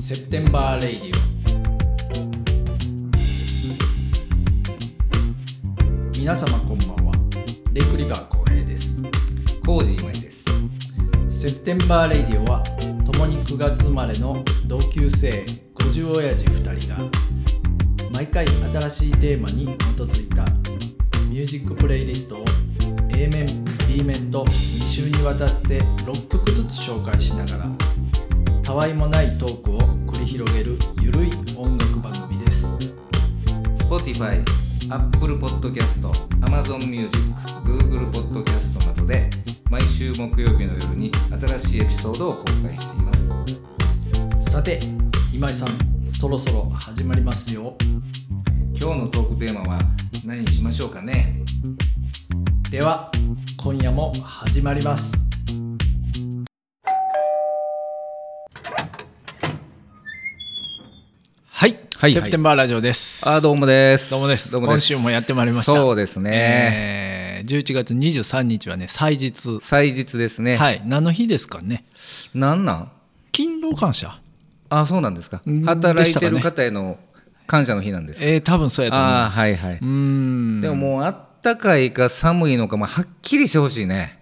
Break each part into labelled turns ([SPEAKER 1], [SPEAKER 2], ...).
[SPEAKER 1] セプテンバーレイディオ皆様こんばんはレイクリバー浩平です
[SPEAKER 2] コージーまいです。
[SPEAKER 1] セプテンバーレイディオは共に9月生まれの同級生50親父2人が毎回新しいテーマに基づいたミュージックプレイリストを A 面 B 面と2週にわたって6曲ずつ紹介しながらたわいもないトークを繰り広げるゆるい音楽番組です
[SPEAKER 2] Spotify、Apple Podcast、Amazon Music、Google Podcast などで毎週木曜日の夜に新しいエピソードを公開しています。
[SPEAKER 1] さて今井さんそろそろ始まりますよ
[SPEAKER 2] 今日のトークテーマは何にしましょうかね
[SPEAKER 1] では今夜も始まりますはい、
[SPEAKER 2] はい
[SPEAKER 1] セプテンバーラジオです、
[SPEAKER 2] あ、どうもです。
[SPEAKER 1] どうもです今週もやってまいりました
[SPEAKER 2] そうですね。
[SPEAKER 1] えー11月23日はね祭日
[SPEAKER 2] 祭日ですね。
[SPEAKER 1] はい何の日ですかね
[SPEAKER 2] なんなん
[SPEAKER 1] 勤労感謝
[SPEAKER 2] あ、そうなんですか
[SPEAKER 1] うん。
[SPEAKER 2] 働いて
[SPEAKER 1] で
[SPEAKER 2] る
[SPEAKER 1] した
[SPEAKER 2] 方への感謝の日なんですか。
[SPEAKER 1] えー、多分そうやと思う
[SPEAKER 2] あーはいはい。
[SPEAKER 1] うーん
[SPEAKER 2] でももうあったかいか寒いのか、まあ、はっきりしてほしいね。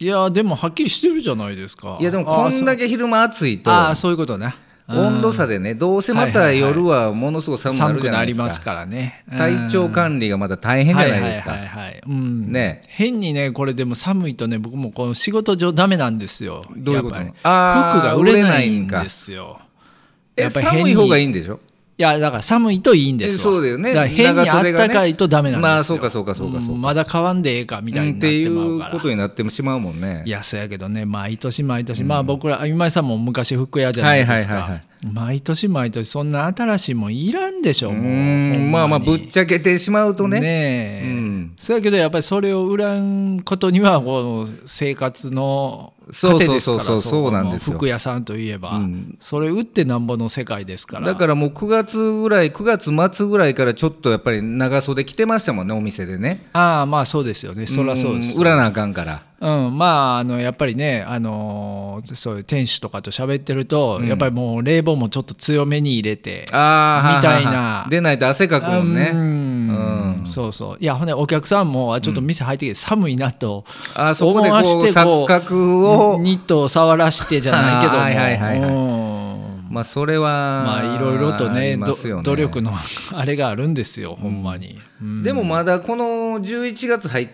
[SPEAKER 1] いやでもはっきりしてるじゃないですか
[SPEAKER 2] いやでもこんだ
[SPEAKER 1] け
[SPEAKER 2] け昼間暑いと
[SPEAKER 1] あーそうあーそういうことね
[SPEAKER 2] 温度差でねどうせま
[SPEAKER 1] はい
[SPEAKER 2] た
[SPEAKER 1] はいはい
[SPEAKER 2] 夜はものすごく寒くな
[SPEAKER 1] 寒
[SPEAKER 2] るじ
[SPEAKER 1] く
[SPEAKER 2] ゃ
[SPEAKER 1] な
[SPEAKER 2] ない
[SPEAKER 1] り
[SPEAKER 2] で
[SPEAKER 1] ます
[SPEAKER 2] すか
[SPEAKER 1] からねうん
[SPEAKER 2] 体調管理がまた大変じゃないです
[SPEAKER 1] はいはい
[SPEAKER 2] か
[SPEAKER 1] はいはいうん
[SPEAKER 2] ね
[SPEAKER 1] 変にねこれでも寒いとね僕もこの仕事上ダメなんですよ
[SPEAKER 2] どういうこと
[SPEAKER 1] やっぱり
[SPEAKER 2] あー
[SPEAKER 1] 服が売れないん
[SPEAKER 2] 売れないんか
[SPEAKER 1] ですよ
[SPEAKER 2] え
[SPEAKER 1] やっぱり変に
[SPEAKER 2] 寒い方がいいんでしょ
[SPEAKER 1] いやだから寒いといいんです
[SPEAKER 2] え
[SPEAKER 1] よ
[SPEAKER 2] そうだよね
[SPEAKER 1] から変に
[SPEAKER 2] 長
[SPEAKER 1] あっ
[SPEAKER 2] 袖がね
[SPEAKER 1] たかいとダメなんですよ
[SPEAKER 2] まあそうかそうかそうかそうか
[SPEAKER 1] んまだ買わんでええかみたいに
[SPEAKER 2] っ
[SPEAKER 1] なってて
[SPEAKER 2] い
[SPEAKER 1] まう
[SPEAKER 2] う
[SPEAKER 1] から
[SPEAKER 2] ことになってしまうもんね
[SPEAKER 1] いやそうやけどね毎年毎年、まあ僕ら今井さんも昔服屋じゃないですか、
[SPEAKER 2] はいはいはいは
[SPEAKER 1] 毎年毎年そんな新しいもんいらんでしょ
[SPEAKER 2] う
[SPEAKER 1] もう
[SPEAKER 2] ーんまあまあぶっちゃけてしまうとね
[SPEAKER 1] ねえ、
[SPEAKER 2] うん
[SPEAKER 1] そうやけどやっぱりそれを売らんことにはこう生活の糧ですから
[SPEAKER 2] そうそうそう
[SPEAKER 1] こも
[SPEAKER 2] そうそうなんですよ
[SPEAKER 1] 服屋さんといえば、
[SPEAKER 2] うん
[SPEAKER 1] それ売ってなんぼの世界ですから
[SPEAKER 2] だからもう9月ぐらい9月末ぐらいからちょっとやっぱり長袖着てましたもんねお店でね
[SPEAKER 1] ああまあそうですよねそりゃそうです
[SPEAKER 2] ん売らなあかんから
[SPEAKER 1] うん、まああのやっぱりね、あのーそういう店主とかと喋ってると、やっぱりもう冷房もちょっと強めに入れて
[SPEAKER 2] あ
[SPEAKER 1] み
[SPEAKER 2] あ
[SPEAKER 1] たいな
[SPEAKER 2] 出ないと汗かくもんね
[SPEAKER 1] うん
[SPEAKER 2] うん
[SPEAKER 1] そうそういやほんでお客さんもあちょっと店入ってきて寒いなと
[SPEAKER 2] あそこでこ
[SPEAKER 1] 思
[SPEAKER 2] う
[SPEAKER 1] わしてこう
[SPEAKER 2] 錯覚を
[SPEAKER 1] ニットを触らしてじゃないけども
[SPEAKER 2] はいはいはいはい
[SPEAKER 1] うん
[SPEAKER 2] まあそれは
[SPEAKER 1] まあいろいろと
[SPEAKER 2] あ
[SPEAKER 1] ね
[SPEAKER 2] りま
[SPEAKER 1] ど
[SPEAKER 2] すよね
[SPEAKER 1] 努力の あれがあるんですよほんまに、うん
[SPEAKER 2] でもまだこの11月入っ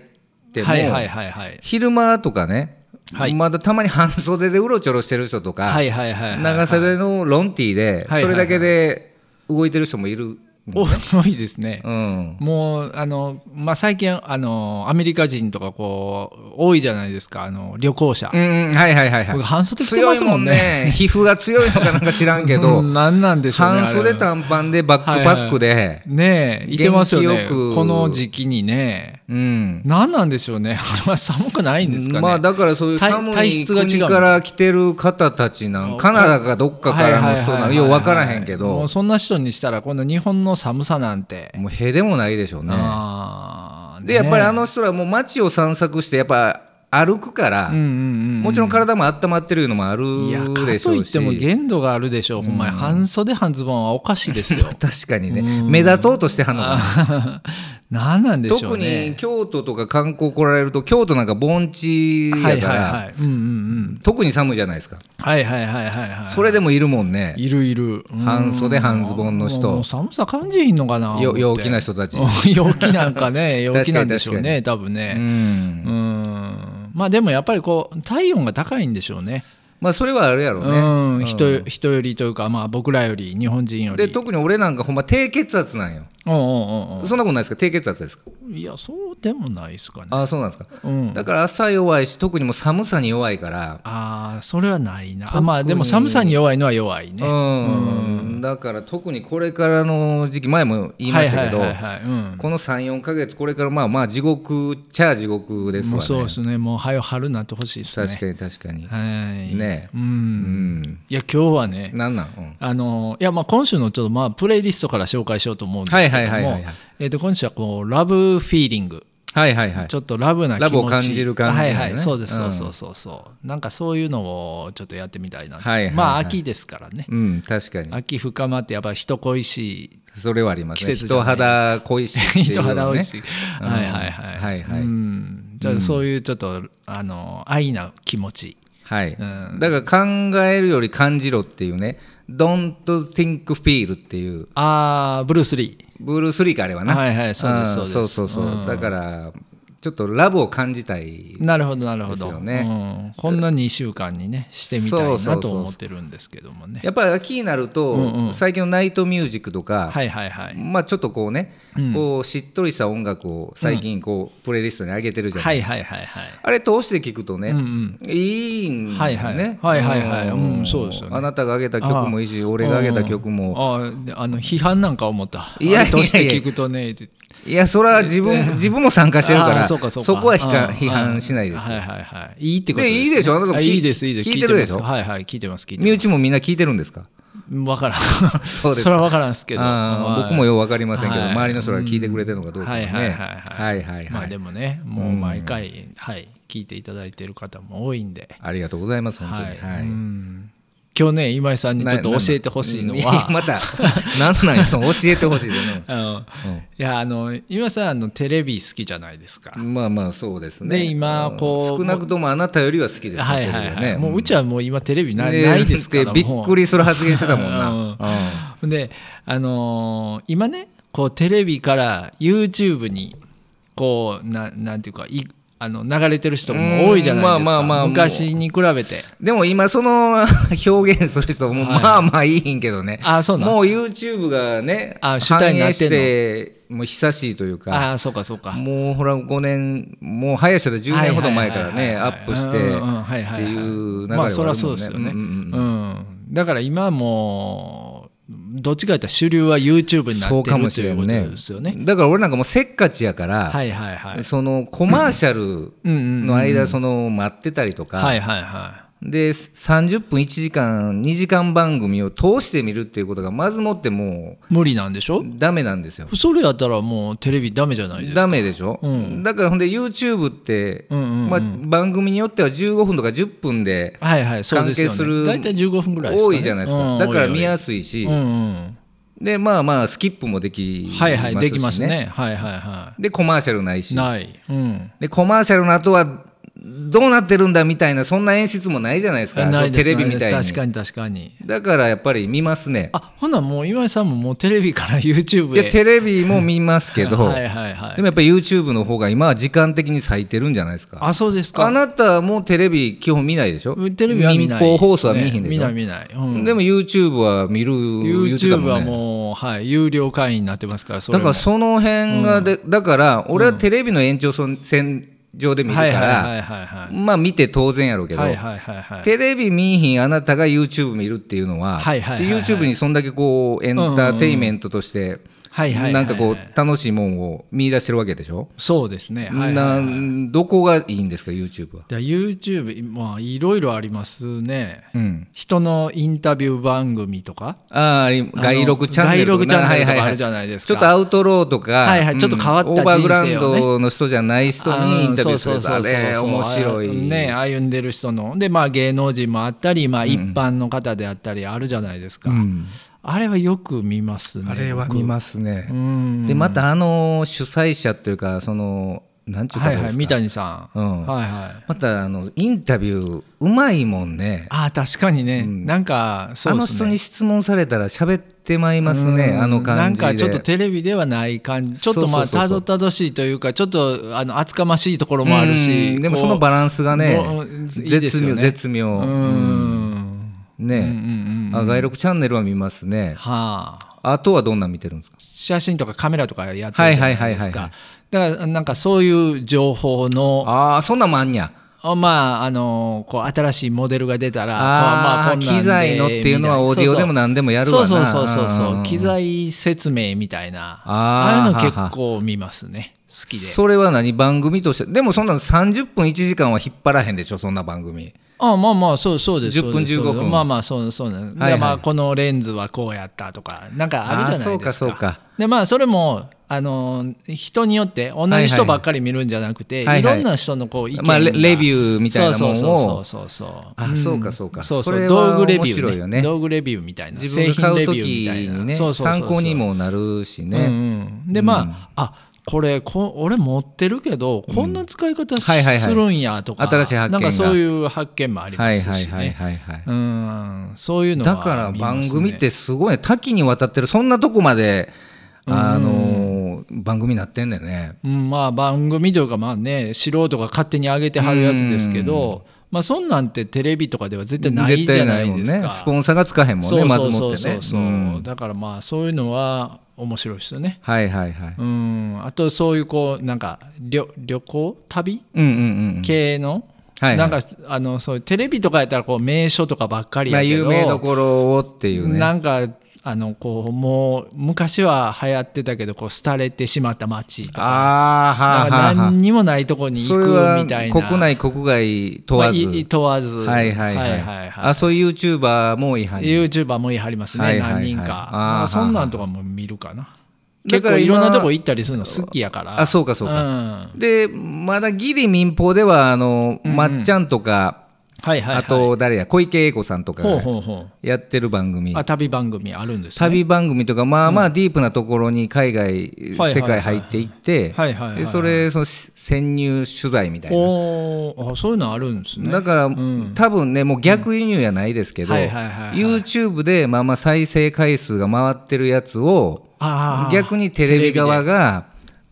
[SPEAKER 2] ても、
[SPEAKER 1] はいはいはいはい
[SPEAKER 2] 昼間とかね、
[SPEAKER 1] はい
[SPEAKER 2] まだたまに半袖でうろちょろしてる人とか、
[SPEAKER 1] はいはいはいはい
[SPEAKER 2] 長袖のロンティーで、
[SPEAKER 1] はい
[SPEAKER 2] それだけで動いてる人もいる、
[SPEAKER 1] 多いですね、
[SPEAKER 2] うん、
[SPEAKER 1] もうあの、まあ、最近あのアメリカ人とかこう多いじゃないですかあの旅行者、
[SPEAKER 2] うんうんはいはいはいはい
[SPEAKER 1] 僕半袖着てますもんね
[SPEAKER 2] 強い皮膚が強いのかなんか知らんけど、
[SPEAKER 1] うん何なんでしょうねあれ
[SPEAKER 2] 半袖短パンでバックパックで、
[SPEAKER 1] ねえいてますよね
[SPEAKER 2] 元気よく
[SPEAKER 1] この時期にね
[SPEAKER 2] うん、
[SPEAKER 1] 何なんでしょうね あれは寒くないんですかね、
[SPEAKER 2] まあだからそういう
[SPEAKER 1] 体
[SPEAKER 2] 寒
[SPEAKER 1] 体
[SPEAKER 2] い
[SPEAKER 1] 質が違う
[SPEAKER 2] 国から来てる方たちなんカナダかどっかからの人な
[SPEAKER 1] はいはいはい
[SPEAKER 2] の
[SPEAKER 1] はい
[SPEAKER 2] よう分からへんけど
[SPEAKER 1] もう
[SPEAKER 2] も
[SPEAKER 1] そんな人にしたらこの日本の寒さなんて、
[SPEAKER 2] うへでもないでしょうね。
[SPEAKER 1] あー
[SPEAKER 2] でやっぱりあ
[SPEAKER 1] ね
[SPEAKER 2] の人らもう街を散策してやっぱ歩くから、
[SPEAKER 1] うんうんうん
[SPEAKER 2] もちろん体も温まってるのもある
[SPEAKER 1] いやか
[SPEAKER 2] でし
[SPEAKER 1] と
[SPEAKER 2] ょ
[SPEAKER 1] いうっ
[SPEAKER 2] して
[SPEAKER 1] も限度があるでしょう、ほんまに半袖半ズボンはおかしいですよ
[SPEAKER 2] 確かにね目立とうとしてはんのかな
[SPEAKER 1] 何なんでしょ
[SPEAKER 2] 特
[SPEAKER 1] うね
[SPEAKER 2] に京都とか観光来られると京都なんか盆地やから、
[SPEAKER 1] はいはいはい、うんうんうん
[SPEAKER 2] 特に寒いじゃないですか、
[SPEAKER 1] はいはいはいはいはい
[SPEAKER 2] それでもいるもんね
[SPEAKER 1] いるいるうん
[SPEAKER 2] 半袖半ズボンの人
[SPEAKER 1] もう寒さ感じひんのかな
[SPEAKER 2] よ陽気な
[SPEAKER 1] 人
[SPEAKER 2] 人たち。
[SPEAKER 1] 陽気なんか ね陽気なんでしょうね多分
[SPEAKER 2] う
[SPEAKER 1] ね
[SPEAKER 2] ん
[SPEAKER 1] うんまあでもやっぱりこう体温が高いんでしょうね
[SPEAKER 2] まあそれはあるやろうね。
[SPEAKER 1] うん人よ人よりというかまあ僕らより日本人より
[SPEAKER 2] で特に俺なんかほんま低血圧なんよ。
[SPEAKER 1] うんうんうん
[SPEAKER 2] そんなことないですか低血圧ですか
[SPEAKER 1] うんいやそうでもないですかね
[SPEAKER 2] ああそうなんですか。
[SPEAKER 1] うん
[SPEAKER 2] だから朝弱いし特にもう寒さに弱いから、
[SPEAKER 1] ああそれはないなあまあでも寒さに弱いのは弱いね
[SPEAKER 2] うんだから特にこれからの時期前も言いましたけど、
[SPEAKER 1] はいはいはいはいうん
[SPEAKER 2] この34か月これからまあまあ地獄ちゃあ地獄です
[SPEAKER 1] も
[SPEAKER 2] わ
[SPEAKER 1] う
[SPEAKER 2] ね
[SPEAKER 1] そうですねもう早よ春になってほしいですね
[SPEAKER 2] 確かに確かに。
[SPEAKER 1] はい
[SPEAKER 2] ね
[SPEAKER 1] う
[SPEAKER 2] うんん、
[SPEAKER 1] いや今日はね
[SPEAKER 2] なんなん、うん
[SPEAKER 1] あのいやまあ今週のちょっとまあプレイリストから紹介しようと思うんですけども、
[SPEAKER 2] はいはいはいはいはい
[SPEAKER 1] えー、と今週はこう「ラブフィーリング」
[SPEAKER 2] はいはいはい
[SPEAKER 1] ちょっとラブな気持ち
[SPEAKER 2] ラブを感じる感じのね
[SPEAKER 1] はいはいそうです、
[SPEAKER 2] うん
[SPEAKER 1] そうそうそうそうなんかそういうのをちょっとやってみたいな、
[SPEAKER 2] はいはいはい
[SPEAKER 1] まあ秋ですからね、
[SPEAKER 2] うん確かに
[SPEAKER 1] 秋深まってやっぱ人恋しい
[SPEAKER 2] それはありますね
[SPEAKER 1] 季節じゃな
[SPEAKER 2] 人
[SPEAKER 1] いですか
[SPEAKER 2] 肌恋しいってい う
[SPEAKER 1] 人
[SPEAKER 2] のね
[SPEAKER 1] 肌美味しい、
[SPEAKER 2] うん
[SPEAKER 1] はいはいはい
[SPEAKER 2] はいはい
[SPEAKER 1] うんじゃあそういうちょっと、あの愛な気持ち
[SPEAKER 2] はい、
[SPEAKER 1] うん
[SPEAKER 2] だから考えるより感じろっていうね「Don't think feel」っていう
[SPEAKER 1] ああブルース・リー
[SPEAKER 2] ブルース・リーかあれはな
[SPEAKER 1] はいはいそうです
[SPEAKER 2] ん
[SPEAKER 1] そうです
[SPEAKER 2] そうそうそう
[SPEAKER 1] うん
[SPEAKER 2] だからちょっとラブを感じたい
[SPEAKER 1] なるほどなるほ
[SPEAKER 2] です
[SPEAKER 1] ど、
[SPEAKER 2] よね
[SPEAKER 1] うん、こんな2週間にねしてみた
[SPEAKER 2] そ
[SPEAKER 1] いう
[SPEAKER 2] そうそ
[SPEAKER 1] な
[SPEAKER 2] う
[SPEAKER 1] と
[SPEAKER 2] そう
[SPEAKER 1] 思ってるんですけどもね
[SPEAKER 2] やっぱり秋になると、
[SPEAKER 1] うんうん
[SPEAKER 2] 最近のナイトミュージックとか、
[SPEAKER 1] はいはいはい
[SPEAKER 2] まあ、ちょっとこうね、こうしっとりした音楽を最近こう、プレイリストに上げてるじゃない、
[SPEAKER 1] はいはいはいはい
[SPEAKER 2] あれ通して聞くとね、
[SPEAKER 1] うんうん
[SPEAKER 2] いいんだ
[SPEAKER 1] はい
[SPEAKER 2] よ
[SPEAKER 1] はい
[SPEAKER 2] ね、
[SPEAKER 1] はいはいはい
[SPEAKER 2] ん
[SPEAKER 1] うんそうですよね
[SPEAKER 2] あなたが上げた曲もいいし俺が上げた曲も、
[SPEAKER 1] あーうんあーであの批判なんか思った
[SPEAKER 2] いや
[SPEAKER 1] あれとし
[SPEAKER 2] い
[SPEAKER 1] て
[SPEAKER 2] やいや
[SPEAKER 1] 聞くとねって
[SPEAKER 2] いやそれは自分自分も参加してるか
[SPEAKER 1] あー
[SPEAKER 2] らそ
[SPEAKER 1] そうかそうか
[SPEAKER 2] こは批
[SPEAKER 1] あ
[SPEAKER 2] 判
[SPEAKER 1] ー
[SPEAKER 2] 批判しないです
[SPEAKER 1] はい
[SPEAKER 2] よ、
[SPEAKER 1] はいはいいいってことです、
[SPEAKER 2] で
[SPEAKER 1] ね、
[SPEAKER 2] いいでしょあなたも
[SPEAKER 1] あ
[SPEAKER 2] 聞い
[SPEAKER 1] いいですいいです
[SPEAKER 2] 聞いてるでし
[SPEAKER 1] 聞い
[SPEAKER 2] ょ
[SPEAKER 1] てますはいはい聞いてます聞いてます
[SPEAKER 2] 身内もみんな聞いてるんですか
[SPEAKER 1] 分からん
[SPEAKER 2] そうですか
[SPEAKER 1] れは分からんすけど、
[SPEAKER 2] あ
[SPEAKER 1] は
[SPEAKER 2] ー
[SPEAKER 1] い
[SPEAKER 2] 僕もよう分かりませんけど、
[SPEAKER 1] はい
[SPEAKER 2] 周りの人が聞いてくれてるのかどうかもね、
[SPEAKER 1] はいはいはい
[SPEAKER 2] はいはいはい
[SPEAKER 1] まあでもねもう毎回、はい、聞いていただいてる方も多いんで、
[SPEAKER 2] ありがとうございます本当に、
[SPEAKER 1] はい
[SPEAKER 2] はい
[SPEAKER 1] うん今日ね今井さんにちょっと教えてほしいの
[SPEAKER 2] なな
[SPEAKER 1] は
[SPEAKER 2] ん また何なんやその教えてほしいでね、
[SPEAKER 1] あのいやあの今井さんあのテレビ好きじゃないですか、
[SPEAKER 2] まあまあそうですね
[SPEAKER 1] で今こう
[SPEAKER 2] 少なくともあなたよりは好きですね
[SPEAKER 1] はいはい
[SPEAKER 2] テレビ
[SPEAKER 1] はい、
[SPEAKER 2] ね
[SPEAKER 1] もううちはもう今テレビない,、
[SPEAKER 2] で
[SPEAKER 1] ないですから
[SPEAKER 2] で
[SPEAKER 1] もう
[SPEAKER 2] びっくりする発言してたもんな、
[SPEAKER 1] うん
[SPEAKER 2] うん
[SPEAKER 1] であのー今ねこうテレビから YouTube にこうななんていうかいあの流れてる人も多いじゃないですか、
[SPEAKER 2] うんまあまあまあもう
[SPEAKER 1] 昔に比べて
[SPEAKER 2] でも今その 表現する人も
[SPEAKER 1] はい
[SPEAKER 2] まあまあいいんけどね、
[SPEAKER 1] あそうなん
[SPEAKER 2] もう YouTube がね
[SPEAKER 1] あ主体になってんの
[SPEAKER 2] 反映してもう久しいというか
[SPEAKER 1] ああーそうかそうか
[SPEAKER 2] もうほら5年もう早い人で10年ほど前からねアップしてっていう流れは
[SPEAKER 1] ま
[SPEAKER 2] あ
[SPEAKER 1] あ
[SPEAKER 2] る
[SPEAKER 1] そりゃそ
[SPEAKER 2] も
[SPEAKER 1] うんで
[SPEAKER 2] ね
[SPEAKER 1] すよね、
[SPEAKER 2] うんうんうん
[SPEAKER 1] うんだから今もうどっちかというと主流は YouTube になって
[SPEAKER 2] そ
[SPEAKER 1] る
[SPEAKER 2] うかもし
[SPEAKER 1] と
[SPEAKER 2] れ
[SPEAKER 1] いうんこと
[SPEAKER 2] ね
[SPEAKER 1] ですよね
[SPEAKER 2] だから俺なんかもうせっかちやから、
[SPEAKER 1] はいはいはい
[SPEAKER 2] そのコマーシャル
[SPEAKER 1] うんうんうん
[SPEAKER 2] の間その待ってたりとか、
[SPEAKER 1] はいはいは
[SPEAKER 2] で30分1時間2時間番組を通して見るっていうことがまずもっても
[SPEAKER 1] い無理なんでしょ
[SPEAKER 2] うダメなんですよ
[SPEAKER 1] それやったらもうテレビダメじゃないですか
[SPEAKER 2] ダメでしょ、
[SPEAKER 1] うん
[SPEAKER 2] だからほんで YouTube って、
[SPEAKER 1] うんうんうん
[SPEAKER 2] まあ、番組によっては15分とか10分で
[SPEAKER 1] はいはいそう
[SPEAKER 2] 関
[SPEAKER 1] ですよ
[SPEAKER 2] 係
[SPEAKER 1] ね
[SPEAKER 2] する
[SPEAKER 1] 大体15分ぐらいですか、
[SPEAKER 2] 多
[SPEAKER 1] ね、
[SPEAKER 2] いじゃないですか、
[SPEAKER 1] うん
[SPEAKER 2] だから見
[SPEAKER 1] 多い
[SPEAKER 2] やすいし、
[SPEAKER 1] 多いうん
[SPEAKER 2] でまあまあスキップもで
[SPEAKER 1] う
[SPEAKER 2] き
[SPEAKER 1] ん
[SPEAKER 2] ますし、
[SPEAKER 1] は
[SPEAKER 2] ね
[SPEAKER 1] いはいできますねはいはいは
[SPEAKER 2] でコマーシャルないし
[SPEAKER 1] いないうん
[SPEAKER 2] でコマーシャルの後はどうなってるんだみたいなそんな演出もないじゃないですか
[SPEAKER 1] ないです
[SPEAKER 2] テレビみたいに
[SPEAKER 1] 確かに確かに
[SPEAKER 2] だからやっぱり見ますね
[SPEAKER 1] あほなもう今井さんももうテレビから YouTube
[SPEAKER 2] い
[SPEAKER 1] へ
[SPEAKER 2] やテレビも見ますけ ど、
[SPEAKER 1] はいはいはい
[SPEAKER 2] でもやっぱり YouTube の方が今は時間的に割いてるんじゃないですか
[SPEAKER 1] あそうです
[SPEAKER 2] あ
[SPEAKER 1] か
[SPEAKER 2] なたもテレビ基本見ないでしょ
[SPEAKER 1] テレビは見ないですね、
[SPEAKER 2] 民放放送は見えへんでし
[SPEAKER 1] 見
[SPEAKER 2] ょ
[SPEAKER 1] ない見ない、うん、
[SPEAKER 2] でも YouTube は見る
[SPEAKER 1] YouTube は
[SPEAKER 2] う
[SPEAKER 1] もう、はい、有料会員になってますからそれ
[SPEAKER 2] だ
[SPEAKER 1] も
[SPEAKER 2] からその辺がで、だから俺はテレビの延長線上で見るか
[SPEAKER 1] はいはい
[SPEAKER 2] ら、
[SPEAKER 1] はいはいはい
[SPEAKER 2] まあ見て当然やろうけど、
[SPEAKER 1] はいはいはいはい
[SPEAKER 2] テレビ見いひんあなたが YouTube 見るっていうのは,、
[SPEAKER 1] はいはいはいはい
[SPEAKER 2] で YouTube にそんだけこうエンターテインメントとして、
[SPEAKER 1] はいはいはいはい
[SPEAKER 2] なんかこう楽しいもんを見出してるわけでしょ、
[SPEAKER 1] そうですね、はいはいはい
[SPEAKER 2] なんどこがいいんですか YouTube は、
[SPEAKER 1] で YouTube まあいろいろありますね
[SPEAKER 2] うん、
[SPEAKER 1] 人のインタビュー番組とか
[SPEAKER 2] ああ外録チャンネル
[SPEAKER 1] 外録チャンネルと
[SPEAKER 2] はいはい
[SPEAKER 1] か
[SPEAKER 2] は
[SPEAKER 1] あ
[SPEAKER 2] い
[SPEAKER 1] るじゃないですか、
[SPEAKER 2] ちょっとアウトローとか、
[SPEAKER 1] はいはいちょっと変わった
[SPEAKER 2] うんオーバーグラウン
[SPEAKER 1] 人生を
[SPEAKER 2] ドの人じゃない人にインタビューする
[SPEAKER 1] あーそうそうそうそう
[SPEAKER 2] あれ面白い
[SPEAKER 1] あね歩んでる人のでまあ芸能人もあったりまあ一般の方であったりあるじゃないですか、
[SPEAKER 2] うん
[SPEAKER 1] あれはよく見ますね
[SPEAKER 2] あれは
[SPEAKER 1] 僕
[SPEAKER 2] 見ますね
[SPEAKER 1] う、ん
[SPEAKER 2] でまたあの主催者というかそのなんちゅうか
[SPEAKER 1] は
[SPEAKER 2] で
[SPEAKER 1] い
[SPEAKER 2] すか、
[SPEAKER 1] はい三谷さん、
[SPEAKER 2] うん
[SPEAKER 1] はいはい
[SPEAKER 2] またあのインタビューうまいもんね
[SPEAKER 1] あー確かにね、
[SPEAKER 2] ん
[SPEAKER 1] なんかそう
[SPEAKER 2] あ
[SPEAKER 1] で
[SPEAKER 2] の
[SPEAKER 1] すね
[SPEAKER 2] 人に質問されたら喋ってまいりますね
[SPEAKER 1] うん
[SPEAKER 2] あの感じで
[SPEAKER 1] なんかちょっとテレビではない感じちょっとまあ
[SPEAKER 2] そうそうそ
[SPEAKER 1] た
[SPEAKER 2] うそ
[SPEAKER 1] ど
[SPEAKER 2] う
[SPEAKER 1] たどしいというかちょっとあの厚かましいところもあるし
[SPEAKER 2] うんでも
[SPEAKER 1] こう
[SPEAKER 2] そのバランスがね
[SPEAKER 1] もういいですよね
[SPEAKER 2] 絶妙絶妙、
[SPEAKER 1] うん
[SPEAKER 2] ね、
[SPEAKER 1] うんうんうん
[SPEAKER 2] あ外録チャンネルは見ますね
[SPEAKER 1] はあ
[SPEAKER 2] あとはどんなん見てるんですか
[SPEAKER 1] 写真とかカメラとかやってるじゃない
[SPEAKER 2] はいは
[SPEAKER 1] で
[SPEAKER 2] いはい
[SPEAKER 1] す
[SPEAKER 2] はい
[SPEAKER 1] かだからなんかそういう情報の
[SPEAKER 2] ああそんなんもあんにゃ
[SPEAKER 1] あまああのこう新しいモデルが出たら
[SPEAKER 2] あ
[SPEAKER 1] こうま
[SPEAKER 2] あ
[SPEAKER 1] あこんなんで
[SPEAKER 2] 機材のっていうのはオーディオでも何でもやるわ
[SPEAKER 1] そう
[SPEAKER 2] な
[SPEAKER 1] そうそうそう
[SPEAKER 2] うんうん
[SPEAKER 1] そううん機材説明みたいな
[SPEAKER 2] あー
[SPEAKER 1] ああいうの結構見ますね好きで
[SPEAKER 2] それは何番組としてでもそんなの30分1時間は引っ張らへんでしょそんな番組
[SPEAKER 1] あまあまあそうそうです
[SPEAKER 2] 10分
[SPEAKER 1] そうです
[SPEAKER 2] 15分
[SPEAKER 1] そうですまあまあそうそうなんです、
[SPEAKER 2] はいはい
[SPEAKER 1] でまあこのレンズはこうやったとかなんかあるじゃないですか
[SPEAKER 2] あそうかそうか
[SPEAKER 1] でまあそれもあの人によって同じ人ばっかり見るんじゃなくて、
[SPEAKER 2] はいはい
[SPEAKER 1] い
[SPEAKER 2] はいはい
[SPEAKER 1] ろんな人のこう意見が、
[SPEAKER 2] まあレレビューみたいなもんを
[SPEAKER 1] そうそうそうそうそう
[SPEAKER 2] あ
[SPEAKER 1] ん
[SPEAKER 2] そうかそうか
[SPEAKER 1] そうそ
[SPEAKER 2] それ
[SPEAKER 1] う
[SPEAKER 2] は
[SPEAKER 1] 道具レビ
[SPEAKER 2] 面
[SPEAKER 1] ュ
[SPEAKER 2] 白
[SPEAKER 1] ー
[SPEAKER 2] いよ
[SPEAKER 1] ね
[SPEAKER 2] ね
[SPEAKER 1] 道具レビューみたいな
[SPEAKER 2] 自分が買う時
[SPEAKER 1] 製品レビュー
[SPEAKER 2] に
[SPEAKER 1] みた
[SPEAKER 2] ね
[SPEAKER 1] いなそうそうそうそう
[SPEAKER 2] 参考にもなるしね、
[SPEAKER 1] うんうん、でまあ、あこれこ俺持ってるけどこんな使い方し
[SPEAKER 2] はいはいはい
[SPEAKER 1] するんやとか
[SPEAKER 2] 新しい発見
[SPEAKER 1] な
[SPEAKER 2] が
[SPEAKER 1] んかそういう発見もありま
[SPEAKER 2] はい
[SPEAKER 1] す
[SPEAKER 2] はい
[SPEAKER 1] し
[SPEAKER 2] はい
[SPEAKER 1] ね
[SPEAKER 2] はいはい、
[SPEAKER 1] うんそういうのは
[SPEAKER 2] だから
[SPEAKER 1] 見ますね
[SPEAKER 2] 番組ってすごいね多岐にわたってるそんなとこまであの番組になってんだよね
[SPEAKER 1] うん、まあ番組というかまあね素人が勝手に上げてはるやつですけど、まあそんなんてテレビとかでは絶対ない
[SPEAKER 2] 絶
[SPEAKER 1] じゃ
[SPEAKER 2] 対
[SPEAKER 1] ない
[SPEAKER 2] も
[SPEAKER 1] で
[SPEAKER 2] ん
[SPEAKER 1] すか。
[SPEAKER 2] ねスポンサーがつかへんもんねまず
[SPEAKER 1] そう
[SPEAKER 2] も
[SPEAKER 1] そ
[SPEAKER 2] っ
[SPEAKER 1] う
[SPEAKER 2] て
[SPEAKER 1] そ
[SPEAKER 2] ね
[SPEAKER 1] うそう、
[SPEAKER 2] うん
[SPEAKER 1] だからまあそういうのは面白いですよね。
[SPEAKER 2] はいはいはい
[SPEAKER 1] うん、あとそういうこうなんか旅旅行旅
[SPEAKER 2] うんうんうん
[SPEAKER 1] 系の、
[SPEAKER 2] はいはい
[SPEAKER 1] なんかあのそうテレビとかやったらこう名所とかばっかり
[SPEAKER 2] ま
[SPEAKER 1] や
[SPEAKER 2] あ
[SPEAKER 1] けど、
[SPEAKER 2] 有名どころをっていうね
[SPEAKER 1] なんかあのこうもう昔は流行ってたけどこう廃れてしまった街とか
[SPEAKER 2] ああは
[SPEAKER 1] なん
[SPEAKER 2] あ
[SPEAKER 1] か
[SPEAKER 2] はあはあ
[SPEAKER 1] 何にもないとこに行
[SPEAKER 2] そ
[SPEAKER 1] く
[SPEAKER 2] れは
[SPEAKER 1] みたいな
[SPEAKER 2] 国内国外問
[SPEAKER 1] まあ
[SPEAKER 2] わず
[SPEAKER 1] いい問わず
[SPEAKER 2] はいはい
[SPEAKER 1] は
[SPEAKER 2] はいい
[SPEAKER 1] はいはい
[SPEAKER 2] あそういう YouTuber も違反
[SPEAKER 1] YouTuber も言いはりますね、
[SPEAKER 2] はいはいはい
[SPEAKER 1] 何人か
[SPEAKER 2] あー
[SPEAKER 1] なんかそんなんとかも見るかな
[SPEAKER 2] だ
[SPEAKER 1] 結
[SPEAKER 2] か
[SPEAKER 1] 構
[SPEAKER 2] ら今
[SPEAKER 1] いろんなとこ行ったりするの好きやから
[SPEAKER 2] あそうかそうか
[SPEAKER 1] ん
[SPEAKER 2] でまだギリ民放ではあのまっちゃんとか
[SPEAKER 1] はいはい、はい、
[SPEAKER 2] あと誰や小池栄子さんとか
[SPEAKER 1] ほう
[SPEAKER 2] が
[SPEAKER 1] ほうほう
[SPEAKER 2] やってる番組
[SPEAKER 1] あ旅番組あるんですね
[SPEAKER 2] 旅番組とかまあまあディープなところに海外
[SPEAKER 1] はいはい
[SPEAKER 2] 世界入っていって
[SPEAKER 1] はいはいはい
[SPEAKER 2] でそれその潜入取材みたいな
[SPEAKER 1] おーあそういうのあるんですね
[SPEAKER 2] だから
[SPEAKER 1] ん
[SPEAKER 2] 多分ねもう逆輸入やないですけど
[SPEAKER 1] はいはいはいはい
[SPEAKER 2] YouTube でまあまあ再生回数が回ってるやつを
[SPEAKER 1] あー
[SPEAKER 2] 逆にテレビ側が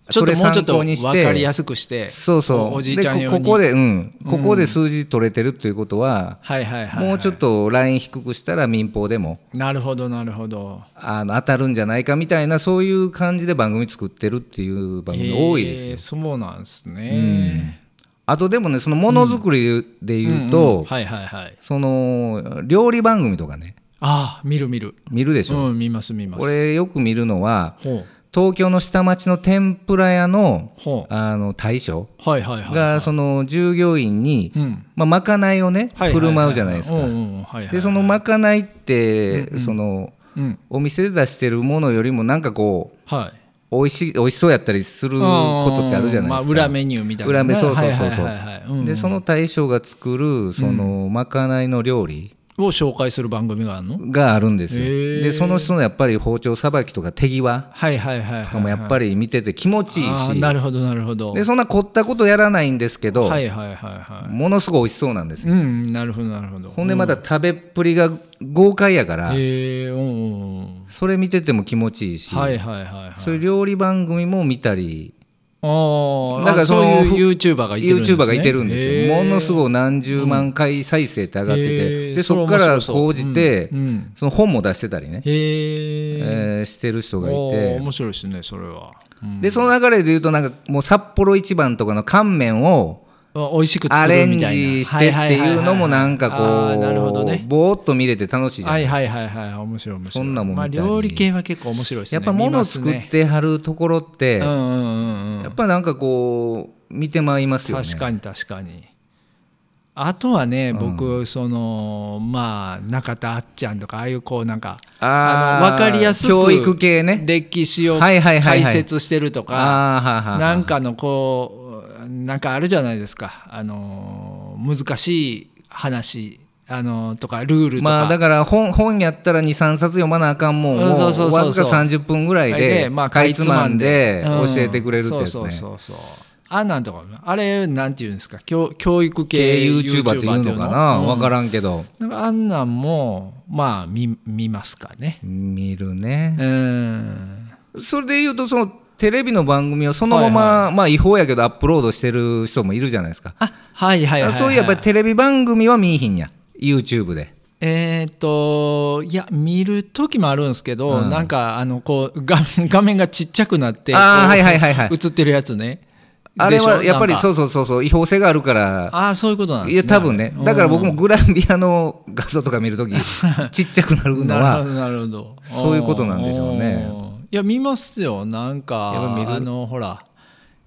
[SPEAKER 1] ちょ
[SPEAKER 2] そ
[SPEAKER 1] っと
[SPEAKER 2] れ
[SPEAKER 1] もうちょ
[SPEAKER 2] 参
[SPEAKER 1] っと
[SPEAKER 2] 考にし
[SPEAKER 1] 分かり
[SPEAKER 2] て
[SPEAKER 1] やすくして
[SPEAKER 2] そうそう
[SPEAKER 1] おおじいちゃん
[SPEAKER 2] で
[SPEAKER 1] 用
[SPEAKER 2] こ
[SPEAKER 1] に
[SPEAKER 2] ここでうんここで数字取れてるっていうことは
[SPEAKER 1] はいはいはい、
[SPEAKER 2] もうちょっとライン低くしたら民放でも
[SPEAKER 1] なるほどなるほど
[SPEAKER 2] あの当たるんじゃないかみたいなそういう感じで番組作ってるっていう番組多いですよ。
[SPEAKER 1] よ、そうなんですね、
[SPEAKER 2] あとでもねそのものづくりで言うと、
[SPEAKER 1] んはいはいはい
[SPEAKER 2] その料理番組とかね
[SPEAKER 1] ああ見る見る
[SPEAKER 2] 見るでしょ。
[SPEAKER 1] うん見ます見ます
[SPEAKER 2] 俺よく見るのは
[SPEAKER 1] ほう
[SPEAKER 2] 東京の下町の天ぷら屋の
[SPEAKER 1] ほ
[SPEAKER 2] あの大将
[SPEAKER 1] うはいはいはい
[SPEAKER 2] がその従業員に、
[SPEAKER 1] うん
[SPEAKER 2] まあ、まかないをね振る舞うじゃないです
[SPEAKER 1] う
[SPEAKER 2] か。
[SPEAKER 1] んうんはいはいはい
[SPEAKER 2] でそのまかないってその
[SPEAKER 1] うん
[SPEAKER 2] お店で出してるものよりもなんかこう
[SPEAKER 1] はい
[SPEAKER 2] 美味しい美味しそうやったりすることってあるじゃないですか。
[SPEAKER 1] うんまあ、裏メニューみたいな
[SPEAKER 2] 裏メそうそうそうそう
[SPEAKER 1] はいはいはいはいうん
[SPEAKER 2] でその大将が作るそのまかないの料理
[SPEAKER 1] を紹介する番組があるの
[SPEAKER 2] があるんですよ。
[SPEAKER 1] へー
[SPEAKER 2] でその人のやっぱり包丁さばきとか手際
[SPEAKER 1] はいはいはいはい、はい、
[SPEAKER 2] とかもやっぱり見てて気持ちいい
[SPEAKER 1] あ
[SPEAKER 2] し
[SPEAKER 1] ーなるほどなるほど
[SPEAKER 2] でそんな凝ったことやらないんですけど、
[SPEAKER 1] はいはいはいは
[SPEAKER 2] ものすごい美味しそうなんです
[SPEAKER 1] い
[SPEAKER 2] よ。
[SPEAKER 1] うんなるほどなるほど
[SPEAKER 2] ほんでまた食べっぷりが豪快やから
[SPEAKER 1] へえうんうんうん
[SPEAKER 2] それ見てても気持ちいいし、
[SPEAKER 1] はいはいはいはい
[SPEAKER 2] そういう料理番組も見たり
[SPEAKER 1] ああ
[SPEAKER 2] だからその
[SPEAKER 1] そういう YouTuber がいてるんです、ね、
[SPEAKER 2] YouTuber がいてるんですよ、ものすごい何十万回再生って上がってて、
[SPEAKER 1] へー
[SPEAKER 2] でそこか
[SPEAKER 1] それ面白
[SPEAKER 2] ら
[SPEAKER 1] そう
[SPEAKER 2] 講じて、
[SPEAKER 1] うんうん
[SPEAKER 2] その本も出してたりね、
[SPEAKER 1] へえ
[SPEAKER 2] えーしてる人がい
[SPEAKER 1] おー
[SPEAKER 2] て、
[SPEAKER 1] 面白いですねそれは、うん
[SPEAKER 2] でその流れで言うと、なんかもう札幌一番とかの乾麺を
[SPEAKER 1] あ美味しく
[SPEAKER 2] ア
[SPEAKER 1] 作
[SPEAKER 2] レ
[SPEAKER 1] る
[SPEAKER 2] ン
[SPEAKER 1] みたいな
[SPEAKER 2] ジしてっていうのも、なんか
[SPEAKER 1] はいはいはいはいあ
[SPEAKER 2] こ
[SPEAKER 1] ーなるほどね
[SPEAKER 2] う、ぼーっと見れて楽しいじゃん。
[SPEAKER 1] はいはいはいはい面白い面白い
[SPEAKER 2] そんなもん見
[SPEAKER 1] ま
[SPEAKER 2] た
[SPEAKER 1] あ、
[SPEAKER 2] り
[SPEAKER 1] 料理系は結構面白いですね
[SPEAKER 2] やっぱ物
[SPEAKER 1] 見
[SPEAKER 2] を
[SPEAKER 1] ます
[SPEAKER 2] 作
[SPEAKER 1] ね
[SPEAKER 2] ってはるところって、
[SPEAKER 1] うん
[SPEAKER 2] や
[SPEAKER 1] うんうんうん
[SPEAKER 2] っぱなんかこう、見てまいりますよね。
[SPEAKER 1] 確かに確かにあとはね僕、そのまあ中田あっちゃんとかああいうこうなんか
[SPEAKER 2] あー
[SPEAKER 1] の分かりやすく
[SPEAKER 2] 教育系ね。
[SPEAKER 1] 歴史を
[SPEAKER 2] はいはいはいは
[SPEAKER 1] 解
[SPEAKER 2] い
[SPEAKER 1] 説してるとか、
[SPEAKER 2] あーはーはー
[SPEAKER 1] なんかのこうなんかあるじゃないですかあの難しい話あのとかルールとか、
[SPEAKER 2] まあだから本本やったら23冊読まなあかんもん
[SPEAKER 1] うん
[SPEAKER 2] を
[SPEAKER 1] そうそうそう
[SPEAKER 2] わずか30分ぐらいで
[SPEAKER 1] まあ、
[SPEAKER 2] かいつまんで
[SPEAKER 1] うん
[SPEAKER 2] 教えてくれるってやつ
[SPEAKER 1] そうそう
[SPEAKER 2] ね
[SPEAKER 1] そうそうあなんとかあれなんていうんですか教教育系
[SPEAKER 2] 系 YouTuber っていうのかな
[SPEAKER 1] うん
[SPEAKER 2] 分からんけど
[SPEAKER 1] なんかあんなんもまあ見見ますかね
[SPEAKER 2] 見るね
[SPEAKER 1] うん
[SPEAKER 2] それで言うとそのテレビの番組をそのま
[SPEAKER 1] は
[SPEAKER 2] ままあ違法やけどアップロードしてる人もいるじゃないですか
[SPEAKER 1] あはいはいはい、はい、
[SPEAKER 2] そういえばテレビ番組は見いひんや YouTube で
[SPEAKER 1] えーっといや見る時もあるんですけど、
[SPEAKER 2] うん
[SPEAKER 1] なんかあのこう画面画面がちっちゃくなって
[SPEAKER 2] あー
[SPEAKER 1] こう
[SPEAKER 2] はいはいはいはい
[SPEAKER 1] 映ってるやつね
[SPEAKER 2] あれはやっぱりそううそうそうそう違法性があるから
[SPEAKER 1] ああそういうことなんです
[SPEAKER 2] いや多分ねだから僕
[SPEAKER 1] も
[SPEAKER 2] もグラビアの画像とか見る ときちっちゃくなるの
[SPEAKER 1] な
[SPEAKER 2] は
[SPEAKER 1] るほどなるほど
[SPEAKER 2] そういうことなんでしょうね
[SPEAKER 1] おーいや見ますよなんか
[SPEAKER 2] やっぱ見る
[SPEAKER 1] あのほら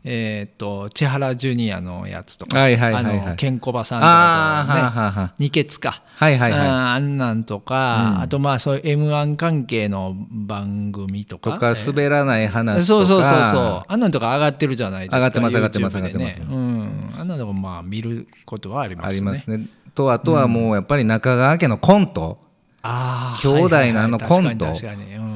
[SPEAKER 1] えー、と千原ジュニアのやつとか、
[SPEAKER 2] はいはいはいはい
[SPEAKER 1] あのケンコバさんと
[SPEAKER 2] あ
[SPEAKER 1] か
[SPEAKER 2] ー
[SPEAKER 1] とか、ね、
[SPEAKER 2] はあはあはあ
[SPEAKER 1] 二ケツか、
[SPEAKER 2] はいはいはい
[SPEAKER 1] あーあんなんとか、
[SPEAKER 2] うん
[SPEAKER 1] あとまあそういう m 1関係の番組とか
[SPEAKER 2] とか
[SPEAKER 1] べ
[SPEAKER 2] 滑らない話とか
[SPEAKER 1] そうそうそうそうあんなんとか上がってるじゃないですか
[SPEAKER 2] 上がってます上がってます
[SPEAKER 1] YouTube でね
[SPEAKER 2] 上がってます
[SPEAKER 1] うんあんなのもまあ見ることはあります
[SPEAKER 2] あ
[SPEAKER 1] ね
[SPEAKER 2] りますねとあとはもうやっぱり中川家のコント、
[SPEAKER 1] あー
[SPEAKER 2] 兄弟の
[SPEAKER 1] はいはいはい
[SPEAKER 2] あのコン
[SPEAKER 1] 確か
[SPEAKER 2] ト
[SPEAKER 1] に確かにうん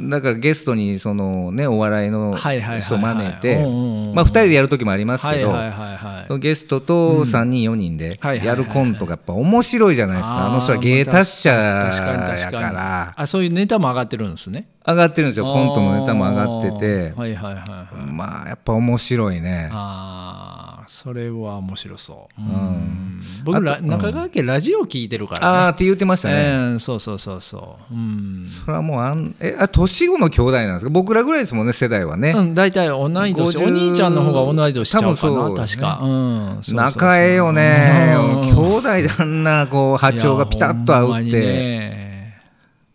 [SPEAKER 2] だからゲストにそのねお笑いの
[SPEAKER 1] はいはいはいはい
[SPEAKER 2] 人招いて
[SPEAKER 1] うんうんうん
[SPEAKER 2] まあ2人でやる時もあります
[SPEAKER 1] は
[SPEAKER 2] け
[SPEAKER 1] い
[SPEAKER 2] ど、
[SPEAKER 1] はいはいはい
[SPEAKER 2] そのゲストと3人4人で
[SPEAKER 1] はいはいはい
[SPEAKER 2] やるコントがやっぱ面白いじゃないですか、
[SPEAKER 1] ー
[SPEAKER 2] あの人は芸達者や
[SPEAKER 1] 確に
[SPEAKER 2] か
[SPEAKER 1] 確に
[SPEAKER 2] ら
[SPEAKER 1] あそういうネタも上がってるんですね
[SPEAKER 2] 上がってるんですよコントのネタも上がってて、
[SPEAKER 1] あーはいはいはいはい
[SPEAKER 2] まあやっぱ面白いね
[SPEAKER 1] あーそれは面白そう、うん、僕ら中川家ラジオ聞いてるから、ね、
[SPEAKER 2] あーって言ってましたね、
[SPEAKER 1] えーそうそうそうそううん、
[SPEAKER 2] それはもうあんえあ年後の兄弟なんですか僕らぐらいですもんね世代はね、
[SPEAKER 1] うん、大体同い年
[SPEAKER 2] 50
[SPEAKER 1] お兄ちゃんの方が同い年ちゃうかな
[SPEAKER 2] 多分そうです
[SPEAKER 1] 確
[SPEAKER 2] ね
[SPEAKER 1] か、うん、そうそうそう
[SPEAKER 2] 仲ええよね、
[SPEAKER 1] うん
[SPEAKER 2] 兄弟であんなこう波長がピタッと合うっ
[SPEAKER 1] いやほんまに
[SPEAKER 2] て
[SPEAKER 1] ね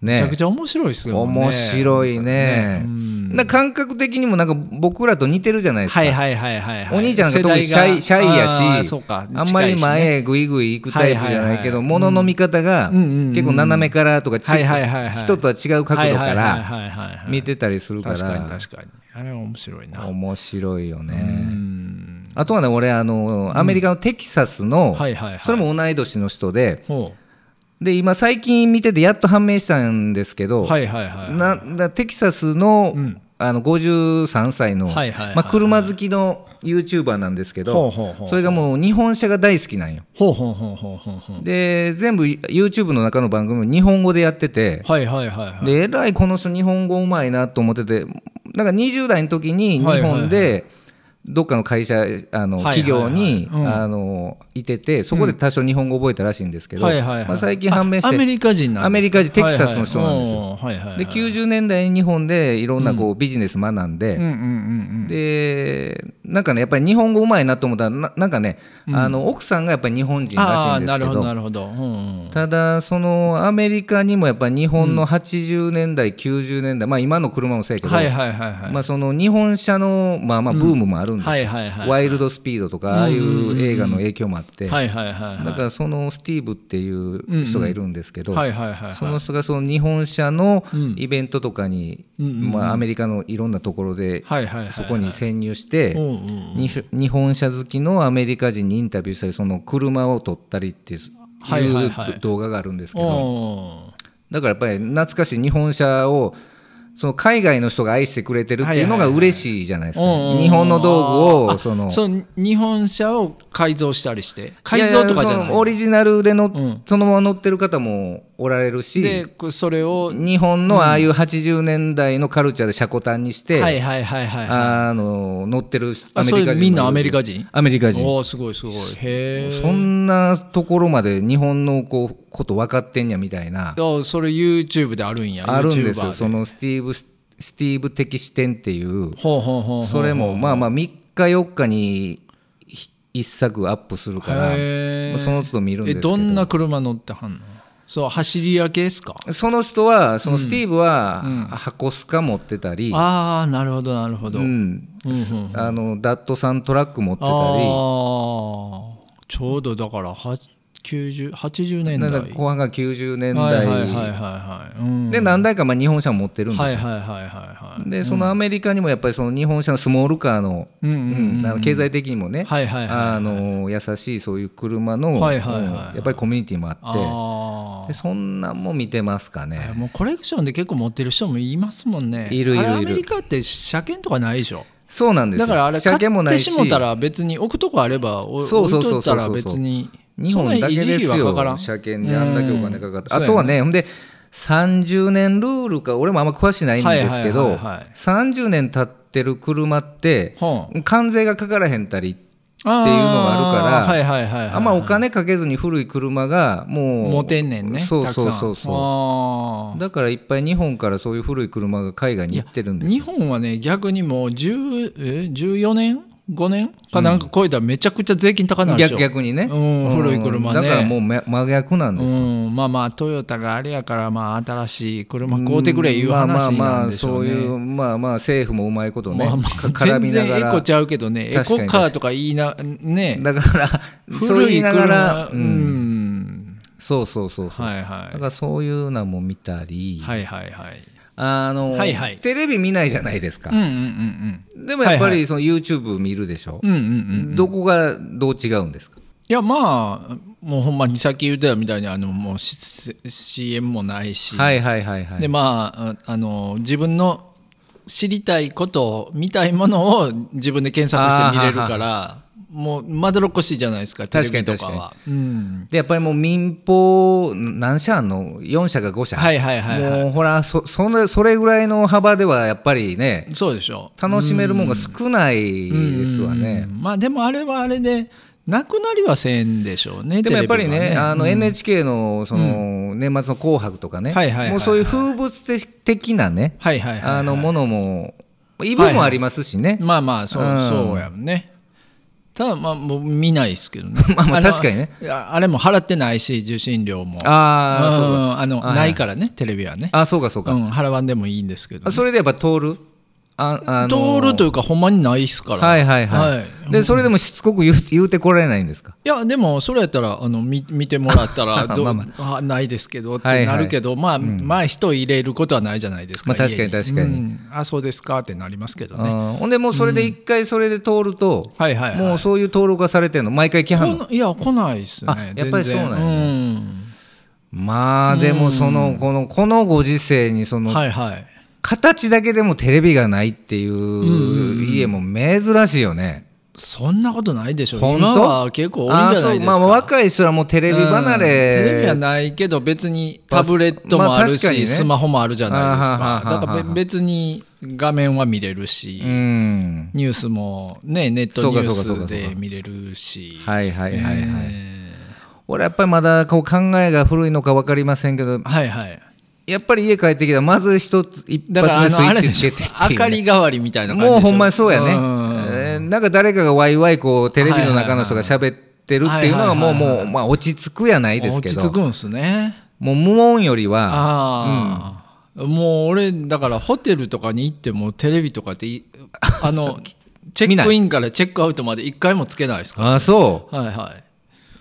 [SPEAKER 1] めちゃ
[SPEAKER 2] ね
[SPEAKER 1] くちゃ面白いですよね
[SPEAKER 2] 面白いね
[SPEAKER 1] うん
[SPEAKER 2] なんか感覚的にもなんか僕らと似てるじゃないですか、
[SPEAKER 1] はいはいはいはいはい
[SPEAKER 2] お兄ちゃんが特にシ
[SPEAKER 1] 世代
[SPEAKER 2] ャ
[SPEAKER 1] が
[SPEAKER 2] イシャイやし
[SPEAKER 1] あーそうか
[SPEAKER 2] あんまり前へぐいぐい行くタイプじゃないけど、ものの見方が
[SPEAKER 1] うんうんうんうん
[SPEAKER 2] 結構斜めからとか、ち
[SPEAKER 1] はいはいはいはい
[SPEAKER 2] 人とは違う角度から
[SPEAKER 1] ら
[SPEAKER 2] 見てたりするか
[SPEAKER 1] 確かに
[SPEAKER 2] ら
[SPEAKER 1] 確かにあれは面白いな
[SPEAKER 2] 面白いよ
[SPEAKER 1] う
[SPEAKER 2] ね。
[SPEAKER 1] ん
[SPEAKER 2] あとはね俺あのアメリカのテキサスの、
[SPEAKER 1] はいはいはい
[SPEAKER 2] それも同い年の人で
[SPEAKER 1] ほ
[SPEAKER 2] で今最近見ててやっと判明したんですけ
[SPEAKER 1] う
[SPEAKER 2] ど、
[SPEAKER 1] はいはいはい
[SPEAKER 2] なだテキサスの,、
[SPEAKER 1] うん
[SPEAKER 2] あの53歳の、
[SPEAKER 1] はいはいはいはい
[SPEAKER 2] まあ、車好きの YouTuber なんですけど、
[SPEAKER 1] ほうほうほう
[SPEAKER 2] それがもう日本車が大好きなんよ。
[SPEAKER 1] ほうほうほうほうほうほう
[SPEAKER 2] で全部 YouTube の中の番組を日本語でやってて、
[SPEAKER 1] はいはいはいはい
[SPEAKER 2] でえらいこの人日本語うまいなと思っててなんか20代の時に日本
[SPEAKER 1] は
[SPEAKER 2] でどっかの会社あの
[SPEAKER 1] はいはいはい
[SPEAKER 2] 企業に
[SPEAKER 1] うん
[SPEAKER 2] あのいててそこで多少日本語覚えたらしいんですけど、
[SPEAKER 1] はいはいはい
[SPEAKER 2] まあ、最近判明し
[SPEAKER 1] あアメ
[SPEAKER 2] て
[SPEAKER 1] リカ人なんですか
[SPEAKER 2] アメリカ人テキサスの人なんですよ
[SPEAKER 1] はいはいはいおーはいはいはい
[SPEAKER 2] で90年代に日本でいろんなこうビジネス学んで。
[SPEAKER 1] うんうんうんうん
[SPEAKER 2] でなんかねやっぱり日本語うまいなと思ったらななんかね、あの奥さんがやっぱり日本人らし
[SPEAKER 1] ああ
[SPEAKER 2] いんです
[SPEAKER 1] な
[SPEAKER 2] け
[SPEAKER 1] るほど
[SPEAKER 2] ど
[SPEAKER 1] なるほどうんうん
[SPEAKER 2] ただそのアメリカにもやっぱり日本の80年代、90年代まあ今の車もそうやけど、
[SPEAKER 1] はいはいはいはい
[SPEAKER 2] まあ、その日本車のまあまあブームもあるんです
[SPEAKER 1] はい
[SPEAKER 2] よ、
[SPEAKER 1] はいはい
[SPEAKER 2] ワイルドスピードとかああいう映画の影響もあって、
[SPEAKER 1] はいはいはいはい
[SPEAKER 2] だからそのスティーブっていう人がいるんですけど、
[SPEAKER 1] はいはいはいはい
[SPEAKER 2] その人がその日本車の
[SPEAKER 1] うん
[SPEAKER 2] イベントとかに、
[SPEAKER 1] うんうんうん
[SPEAKER 2] まあ、アメリカのいろんなところで
[SPEAKER 1] はいはいはいはい
[SPEAKER 2] そこに潜入して、
[SPEAKER 1] うんうん
[SPEAKER 2] に日本車好きのアメリカ人にインタビューしたりその車を撮ったりっていう
[SPEAKER 1] はいはいはい
[SPEAKER 2] いう動画があるんですけど、
[SPEAKER 1] お
[SPEAKER 2] だからやっぱり懐かしい日本車をその海外の人が愛してくれてるっていうのが嬉しいじゃないですか、
[SPEAKER 1] ー
[SPEAKER 2] 日本の道具をその
[SPEAKER 1] あ そう日本車を改造したりして改造とかじゃない
[SPEAKER 2] ややそのオリジナルでの、
[SPEAKER 1] ん
[SPEAKER 2] そのまま乗ってる方もおられる
[SPEAKER 1] で
[SPEAKER 2] し
[SPEAKER 1] こそれを
[SPEAKER 2] 日本のああいう80年代のカルチャーで車庫端にして、
[SPEAKER 1] はいはいはいはいはい
[SPEAKER 2] あの乗ってる
[SPEAKER 1] あ
[SPEAKER 2] アメリカ人
[SPEAKER 1] それみんなアメリカ人
[SPEAKER 2] アメリカ人
[SPEAKER 1] おおすごいすごいへえ
[SPEAKER 2] そんなところまで日本のこうこと分かってんやみたいな
[SPEAKER 1] あそれ YouTube であるんや
[SPEAKER 2] あるんです
[SPEAKER 1] YouTuber
[SPEAKER 2] よそのスティーブススティーブ的視点っていう
[SPEAKER 1] ほうほうほうほう
[SPEAKER 2] それもまあまあ3日4日にひ一作アップするから
[SPEAKER 1] へー
[SPEAKER 2] その都度見るんですけ
[SPEAKER 1] えど
[SPEAKER 2] ど
[SPEAKER 1] んな車乗ってはんのそう走り屋系ですか
[SPEAKER 2] その人はそのスティーブは箱スカ持ってたり、うん
[SPEAKER 1] ああなるほどなるほど、うんうん
[SPEAKER 2] あのダットさんトラック持って
[SPEAKER 1] あ
[SPEAKER 2] た
[SPEAKER 1] あちょうどだからは90 80
[SPEAKER 2] り
[SPEAKER 1] 年
[SPEAKER 2] な
[SPEAKER 1] 代
[SPEAKER 2] んか後半が90年
[SPEAKER 1] はいはいはい
[SPEAKER 2] 代
[SPEAKER 1] はいはい、うん、
[SPEAKER 2] で何台かまあ日本車持ってるんです
[SPEAKER 1] は
[SPEAKER 2] よ
[SPEAKER 1] いはいはいはいはい
[SPEAKER 2] でそのアメリカにもやっぱりその日本車のスモールカーの,、
[SPEAKER 1] うんうんうん
[SPEAKER 2] あの経済的にもね、
[SPEAKER 1] はいはいはいはい
[SPEAKER 2] あの優しいそういう車の、
[SPEAKER 1] はいはいはいはい
[SPEAKER 2] うんやっぱりコミュニティもあ
[SPEAKER 1] あ
[SPEAKER 2] っ
[SPEAKER 1] あ
[SPEAKER 2] てでそんなんも見てますかね
[SPEAKER 1] もうコレクションで結構持ってる人もいますもんね
[SPEAKER 2] いるいるいる
[SPEAKER 1] あれアメリカって車検とかないでしょ
[SPEAKER 2] そうなんですよ
[SPEAKER 1] だからあれ
[SPEAKER 2] 仕
[SPEAKER 1] 買
[SPEAKER 2] 掛けも
[SPEAKER 1] っ
[SPEAKER 2] な
[SPEAKER 1] て
[SPEAKER 2] いし
[SPEAKER 1] しもたら別に置くとこあればお
[SPEAKER 2] そう
[SPEAKER 1] 置
[SPEAKER 2] そ
[SPEAKER 1] いう
[SPEAKER 2] そ
[SPEAKER 1] と
[SPEAKER 2] う
[SPEAKER 1] っ
[SPEAKER 2] そ
[SPEAKER 1] た
[SPEAKER 2] う
[SPEAKER 1] ら別に
[SPEAKER 2] 日本だけです
[SPEAKER 1] そんなに維持費はかから
[SPEAKER 2] よ
[SPEAKER 1] ん
[SPEAKER 2] 車検であんだけお金かかって
[SPEAKER 1] うん
[SPEAKER 2] あとはねほんで30年ルールか俺もあんま詳しいないんですけ
[SPEAKER 1] はいは
[SPEAKER 2] ど
[SPEAKER 1] いはいはい
[SPEAKER 2] 30年経ってる車って
[SPEAKER 1] ほ
[SPEAKER 2] 関税がかからへんたり
[SPEAKER 1] そうやね
[SPEAKER 2] っていうのがあるから
[SPEAKER 1] ーはいはいはいはいはい
[SPEAKER 2] あんまお金かけずに古い車がもう
[SPEAKER 1] 持てんねんね
[SPEAKER 2] そう
[SPEAKER 1] たく
[SPEAKER 2] そう
[SPEAKER 1] さん
[SPEAKER 2] そうそ
[SPEAKER 1] あ
[SPEAKER 2] う
[SPEAKER 1] ー
[SPEAKER 2] だからいっぱい日本からそういう古い車が海外に行ってるんです
[SPEAKER 1] 日
[SPEAKER 2] よ
[SPEAKER 1] 本はね逆にもう10え14年5年かなんか超えたらめちゃくちゃ税金高なるでし
[SPEAKER 2] 逆
[SPEAKER 1] ょ
[SPEAKER 2] 逆にね、
[SPEAKER 1] うん古い車ね
[SPEAKER 2] だからもうめ真逆なんですよ、
[SPEAKER 1] うん、まあまあトヨタがあれやからまあ新しい車買うてくれいう話なんでしょうね、
[SPEAKER 2] まあまあまあそういうまあまあ政府もうまいことね、
[SPEAKER 1] まあま
[SPEAKER 2] か
[SPEAKER 1] あ
[SPEAKER 2] 絡み
[SPEAKER 1] 全
[SPEAKER 2] なが
[SPEAKER 1] 然エ
[SPEAKER 2] ら
[SPEAKER 1] コちゃうけどねエ
[SPEAKER 2] 確か
[SPEAKER 1] コ
[SPEAKER 2] に
[SPEAKER 1] カーとか言いなね
[SPEAKER 2] だからそう
[SPEAKER 1] 古
[SPEAKER 2] 言
[SPEAKER 1] い
[SPEAKER 2] いな
[SPEAKER 1] 車
[SPEAKER 2] がら、
[SPEAKER 1] う、
[SPEAKER 2] うんん、そうそうそうそう、
[SPEAKER 1] はいは
[SPEAKER 2] だか
[SPEAKER 1] い
[SPEAKER 2] らそういうのも見たり、
[SPEAKER 1] はいはいはい
[SPEAKER 2] あの、
[SPEAKER 1] はいはい
[SPEAKER 2] テレビ見ないじゃないですか
[SPEAKER 1] うん、うんうん
[SPEAKER 2] でもやっぱ
[SPEAKER 1] はいは
[SPEAKER 2] りその YouTube 見るでしょ、
[SPEAKER 1] うんうんうんうん
[SPEAKER 2] どこがどう違うんですか
[SPEAKER 1] いやまあもうほんまにさっき言ってたみたいにあのもうし CM もないし、
[SPEAKER 2] はいはいはいはい
[SPEAKER 1] でまあああの自分の知りたいこと見たいものを自分で検索して見れるからもうまどろっこしいじゃないですかテレ
[SPEAKER 2] 確か
[SPEAKER 1] ビ
[SPEAKER 2] に
[SPEAKER 1] とかは。うん
[SPEAKER 2] でやっぱりもう民放何社あんの4社か5社、
[SPEAKER 1] はいはいはいはい
[SPEAKER 2] もうほらそそのそれぐらいの幅ではやっぱりね
[SPEAKER 1] そうでしょ
[SPEAKER 2] 楽しめるもんが少ないですわね。
[SPEAKER 1] うんまあでもあれはあれでなくなりはせんでしょうね
[SPEAKER 2] でもやっぱり
[SPEAKER 1] テレビ
[SPEAKER 2] ね、
[SPEAKER 1] は
[SPEAKER 2] あの NHK のその年末の紅白とかね
[SPEAKER 1] はいはいはいはい、
[SPEAKER 2] もうそういう風物的なね、
[SPEAKER 1] はいはいはいはい
[SPEAKER 2] あのものも、イブもありますしね、
[SPEAKER 1] まあまあそう,、
[SPEAKER 2] うん
[SPEAKER 1] そうやんねただまあもう見ないですけどね
[SPEAKER 2] まあまあ
[SPEAKER 1] の
[SPEAKER 2] 確かにね
[SPEAKER 1] いやあれも払ってないし受信料も
[SPEAKER 2] あーそう
[SPEAKER 1] うん
[SPEAKER 2] か
[SPEAKER 1] あの
[SPEAKER 2] はいはい
[SPEAKER 1] ないからねテレビはね
[SPEAKER 2] あそうかそう
[SPEAKER 1] う
[SPEAKER 2] か、
[SPEAKER 1] ん、払わんでもいいんですけど、
[SPEAKER 2] あそれでやっぱ通る、ああの
[SPEAKER 1] 通るというかほんまにないっすから、
[SPEAKER 2] はいはいは
[SPEAKER 1] はい
[SPEAKER 2] い、でそれでもしつこく言う言うてこられないんですか、
[SPEAKER 1] いやでもそれやったらあの見見てもらった らどう
[SPEAKER 2] ま
[SPEAKER 1] あ
[SPEAKER 2] あま
[SPEAKER 1] ないですけどってなるけど、まあ、まあ人入れることはないじゃないですか、
[SPEAKER 2] まあ確かに
[SPEAKER 1] 家
[SPEAKER 2] 確
[SPEAKER 1] う
[SPEAKER 2] かに
[SPEAKER 1] んあそうですかってなりますけど
[SPEAKER 2] あ
[SPEAKER 1] ね
[SPEAKER 2] ーほんでもうそれで一回それで通ると、
[SPEAKER 1] はいはいはい
[SPEAKER 2] もうそういう登録がされてるの、毎回来はんの
[SPEAKER 1] こんいや来ないです
[SPEAKER 2] あ
[SPEAKER 1] ね
[SPEAKER 2] やっぱりそうなんや
[SPEAKER 1] ん
[SPEAKER 2] まあでもそのこのこのご時世にそ
[SPEAKER 1] うん
[SPEAKER 2] の
[SPEAKER 1] はいはい
[SPEAKER 2] 形だけでもテレビがないってい
[SPEAKER 1] ん
[SPEAKER 2] う家も珍しいよね。
[SPEAKER 1] そんなことないでしょ
[SPEAKER 2] 本当
[SPEAKER 1] 今は結構多いんじゃないですか
[SPEAKER 2] あーそうまあ、若い人はもうテレビ離
[SPEAKER 1] う
[SPEAKER 2] れ、
[SPEAKER 1] んテレビはないけど別にタブレットもあるし、
[SPEAKER 2] まあ確かにね
[SPEAKER 1] スマホもあるじゃないです
[SPEAKER 2] あははは
[SPEAKER 1] か
[SPEAKER 2] は
[SPEAKER 1] だからべ別に画面は見れるし、
[SPEAKER 2] うん
[SPEAKER 1] ニュースもねネット
[SPEAKER 2] そう
[SPEAKER 1] ニュ
[SPEAKER 2] かそうかそう
[SPEAKER 1] ー
[SPEAKER 2] か
[SPEAKER 1] スで見れるし
[SPEAKER 2] はいはいはいはい、
[SPEAKER 1] え
[SPEAKER 2] 俺やっぱりまだこう考えが古いのか分かりませんけど
[SPEAKER 1] ーはいはい
[SPEAKER 2] やっから家帰ってきたらまず一つ一
[SPEAKER 1] だから
[SPEAKER 2] 発
[SPEAKER 1] あ
[SPEAKER 2] 目スイ
[SPEAKER 1] のあれで
[SPEAKER 2] ッチつ
[SPEAKER 1] しょ
[SPEAKER 2] けてっていうね
[SPEAKER 1] 明かり代わりみたいな感じでし
[SPEAKER 2] も
[SPEAKER 1] ょ
[SPEAKER 2] うほんまにそうやね、
[SPEAKER 1] ん
[SPEAKER 2] えーなんか誰かがワイワイこうテレビの中の人が喋ってるっていうのはもう
[SPEAKER 1] はいはいはい
[SPEAKER 2] もう、まあ、落ち着くやないですけ
[SPEAKER 1] 落ち
[SPEAKER 2] ど
[SPEAKER 1] 着くんすね
[SPEAKER 2] もう無音よりは
[SPEAKER 1] ああ、もう俺だからホテルとかに行ってもテレビとかって いあのチェックインからチェックアウトまで一回もつけないですか
[SPEAKER 2] あそ
[SPEAKER 1] らはいは
[SPEAKER 2] う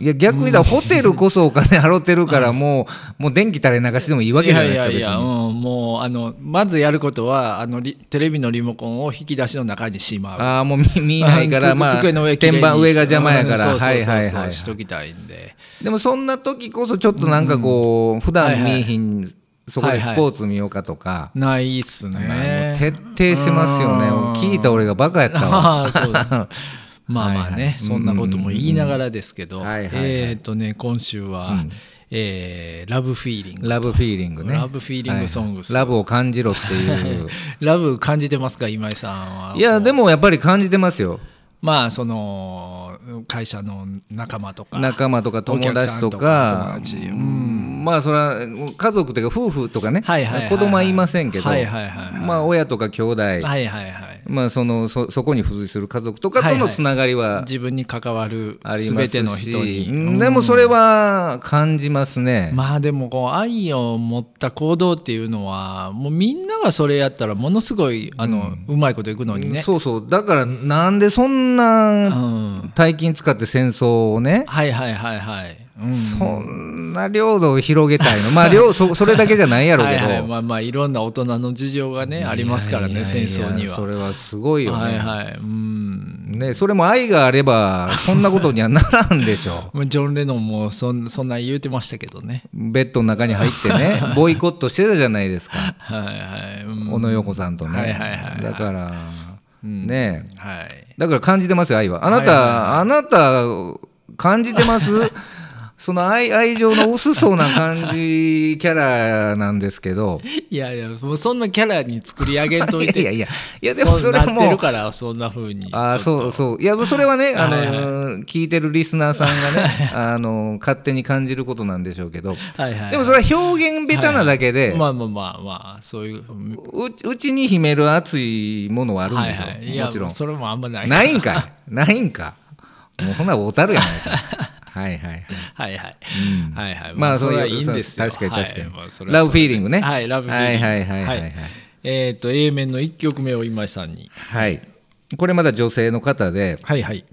[SPEAKER 2] いや逆にだホテルこそお金払ってる からもうもう電気垂れ流しでもいいわ
[SPEAKER 1] い
[SPEAKER 2] けじゃないですか
[SPEAKER 1] やい
[SPEAKER 2] 別
[SPEAKER 1] やいや、う
[SPEAKER 2] に
[SPEAKER 1] ん、もうあのまずやることはあのリテレビのリモコンを引き出しの中にしまう
[SPEAKER 2] ああもう見見えないか
[SPEAKER 1] あ
[SPEAKER 2] ら
[SPEAKER 1] の
[SPEAKER 2] まあ
[SPEAKER 1] 机の上綺麗に
[SPEAKER 2] 天板上が邪魔やか
[SPEAKER 1] う
[SPEAKER 2] ら
[SPEAKER 1] んそうそう
[SPEAKER 2] はい
[SPEAKER 1] そうそう
[SPEAKER 2] はいはい
[SPEAKER 1] しときたいんで
[SPEAKER 2] でもそんな時こそちょっとなんかこう普段見えひんそこでスポーツ見ようかとか
[SPEAKER 1] ないっす
[SPEAKER 2] も
[SPEAKER 1] ね
[SPEAKER 2] う徹底してますよね
[SPEAKER 1] うん
[SPEAKER 2] 聞いた俺がバカやったわ
[SPEAKER 1] ああそう だまあまあね、
[SPEAKER 2] はいはい
[SPEAKER 1] そんなことも言いながらですけど、
[SPEAKER 2] うんはいはいはい
[SPEAKER 1] えっ、とね今週は、えーラブフィーリング」
[SPEAKER 2] ラブフィーリングね。
[SPEAKER 1] ラブフィーリングソングス
[SPEAKER 2] はいラブを感じろっていう。
[SPEAKER 1] ラブ感じてますか今井さんはい
[SPEAKER 2] や、でもやっぱり感じてますよ。
[SPEAKER 1] まあその会社の仲間とか
[SPEAKER 2] 仲間とか友達と
[SPEAKER 1] お
[SPEAKER 2] か
[SPEAKER 1] 客さんとか友達。
[SPEAKER 2] うんまあそれは家族というか夫婦とかね、
[SPEAKER 1] はいはいはいはい
[SPEAKER 2] 子供は言いませんけど、
[SPEAKER 1] はいはいはいはい
[SPEAKER 2] まあ親とか兄弟、
[SPEAKER 1] はいはいはい
[SPEAKER 2] まあそのそそこに付随する家族とかとのつながりは
[SPEAKER 1] 自分に関わる
[SPEAKER 2] ありま
[SPEAKER 1] 全
[SPEAKER 2] すし、
[SPEAKER 1] ての人に
[SPEAKER 2] うんでもそれは感じますね。
[SPEAKER 1] まあでもこう愛を持った行動っていうのはもうみんながそれやったらものすごいあの、うまいこといくのにね。
[SPEAKER 2] そうそうだからなんでそ
[SPEAKER 1] う、
[SPEAKER 2] んなん大金使って戦争をね、
[SPEAKER 1] はいはいはいはい。うん、
[SPEAKER 2] そんな領土を広げたいの、 まあ、領そそれだけじゃないやろう
[SPEAKER 1] は
[SPEAKER 2] け
[SPEAKER 1] い
[SPEAKER 2] ど、
[SPEAKER 1] はい、まあまあいろんな大人の事情がねありますからね
[SPEAKER 2] いやいやいや
[SPEAKER 1] 戦争には。
[SPEAKER 2] それはすごいよね,、
[SPEAKER 1] はいはい。うん。
[SPEAKER 2] ね、それも愛があれば、そんなことにはならんでしょ
[SPEAKER 1] まあジョン・レノンもそんそんな言うてましたけどね。
[SPEAKER 2] う、 ベッドの中に入ってね、ボイコットしてたじゃないですか、
[SPEAKER 1] はいはい。うん、
[SPEAKER 2] 小野洋子さんとね。
[SPEAKER 1] はいはいはいはい
[SPEAKER 2] だから、ねえ
[SPEAKER 1] はい。
[SPEAKER 2] だから感じてますよ、愛は。あなた、あなた、感じてます その愛愛情の薄そうな感じキャラなんです けど
[SPEAKER 1] いやいやもうそんなキャラに作り上げんとい
[SPEAKER 2] い
[SPEAKER 1] て
[SPEAKER 2] やいやい やでもそれは
[SPEAKER 1] なって
[SPEAKER 2] も
[SPEAKER 1] る
[SPEAKER 2] う
[SPEAKER 1] からそんな風に
[SPEAKER 2] あーそう
[SPEAKER 1] う
[SPEAKER 2] そういやそれはねあ の
[SPEAKER 1] はいはい
[SPEAKER 2] 聞いてるリスナーさんが ねあの勝手に感じることなんでしょうけど
[SPEAKER 1] はいはいはい
[SPEAKER 2] でもそれは表現ベタなだけで、
[SPEAKER 1] まあまあまあまあそういううん
[SPEAKER 2] うちうちに秘める熱いものはあるんでしょ、
[SPEAKER 1] いや
[SPEAKER 2] もちろん
[SPEAKER 1] それもあんまない
[SPEAKER 2] ないんか いないんかもうほなおたるやないかはいはいは
[SPEAKER 1] はい
[SPEAKER 2] い
[SPEAKER 1] はい、
[SPEAKER 2] うん
[SPEAKER 1] はいはい
[SPEAKER 2] まあ
[SPEAKER 1] そ
[SPEAKER 2] そう
[SPEAKER 1] れ
[SPEAKER 2] い
[SPEAKER 1] は
[SPEAKER 2] う
[SPEAKER 1] いいんですよ
[SPEAKER 2] 確かに確かに、
[SPEAKER 1] はいまあそれは
[SPEAKER 2] ラブフィーリングね
[SPEAKER 1] はいラブフィーリング
[SPEAKER 2] はいはいはいはいはい、
[SPEAKER 1] えっ、と A 面の1曲目を今井さんに
[SPEAKER 2] はいこれまだ女性の方で
[SPEAKER 1] はいはい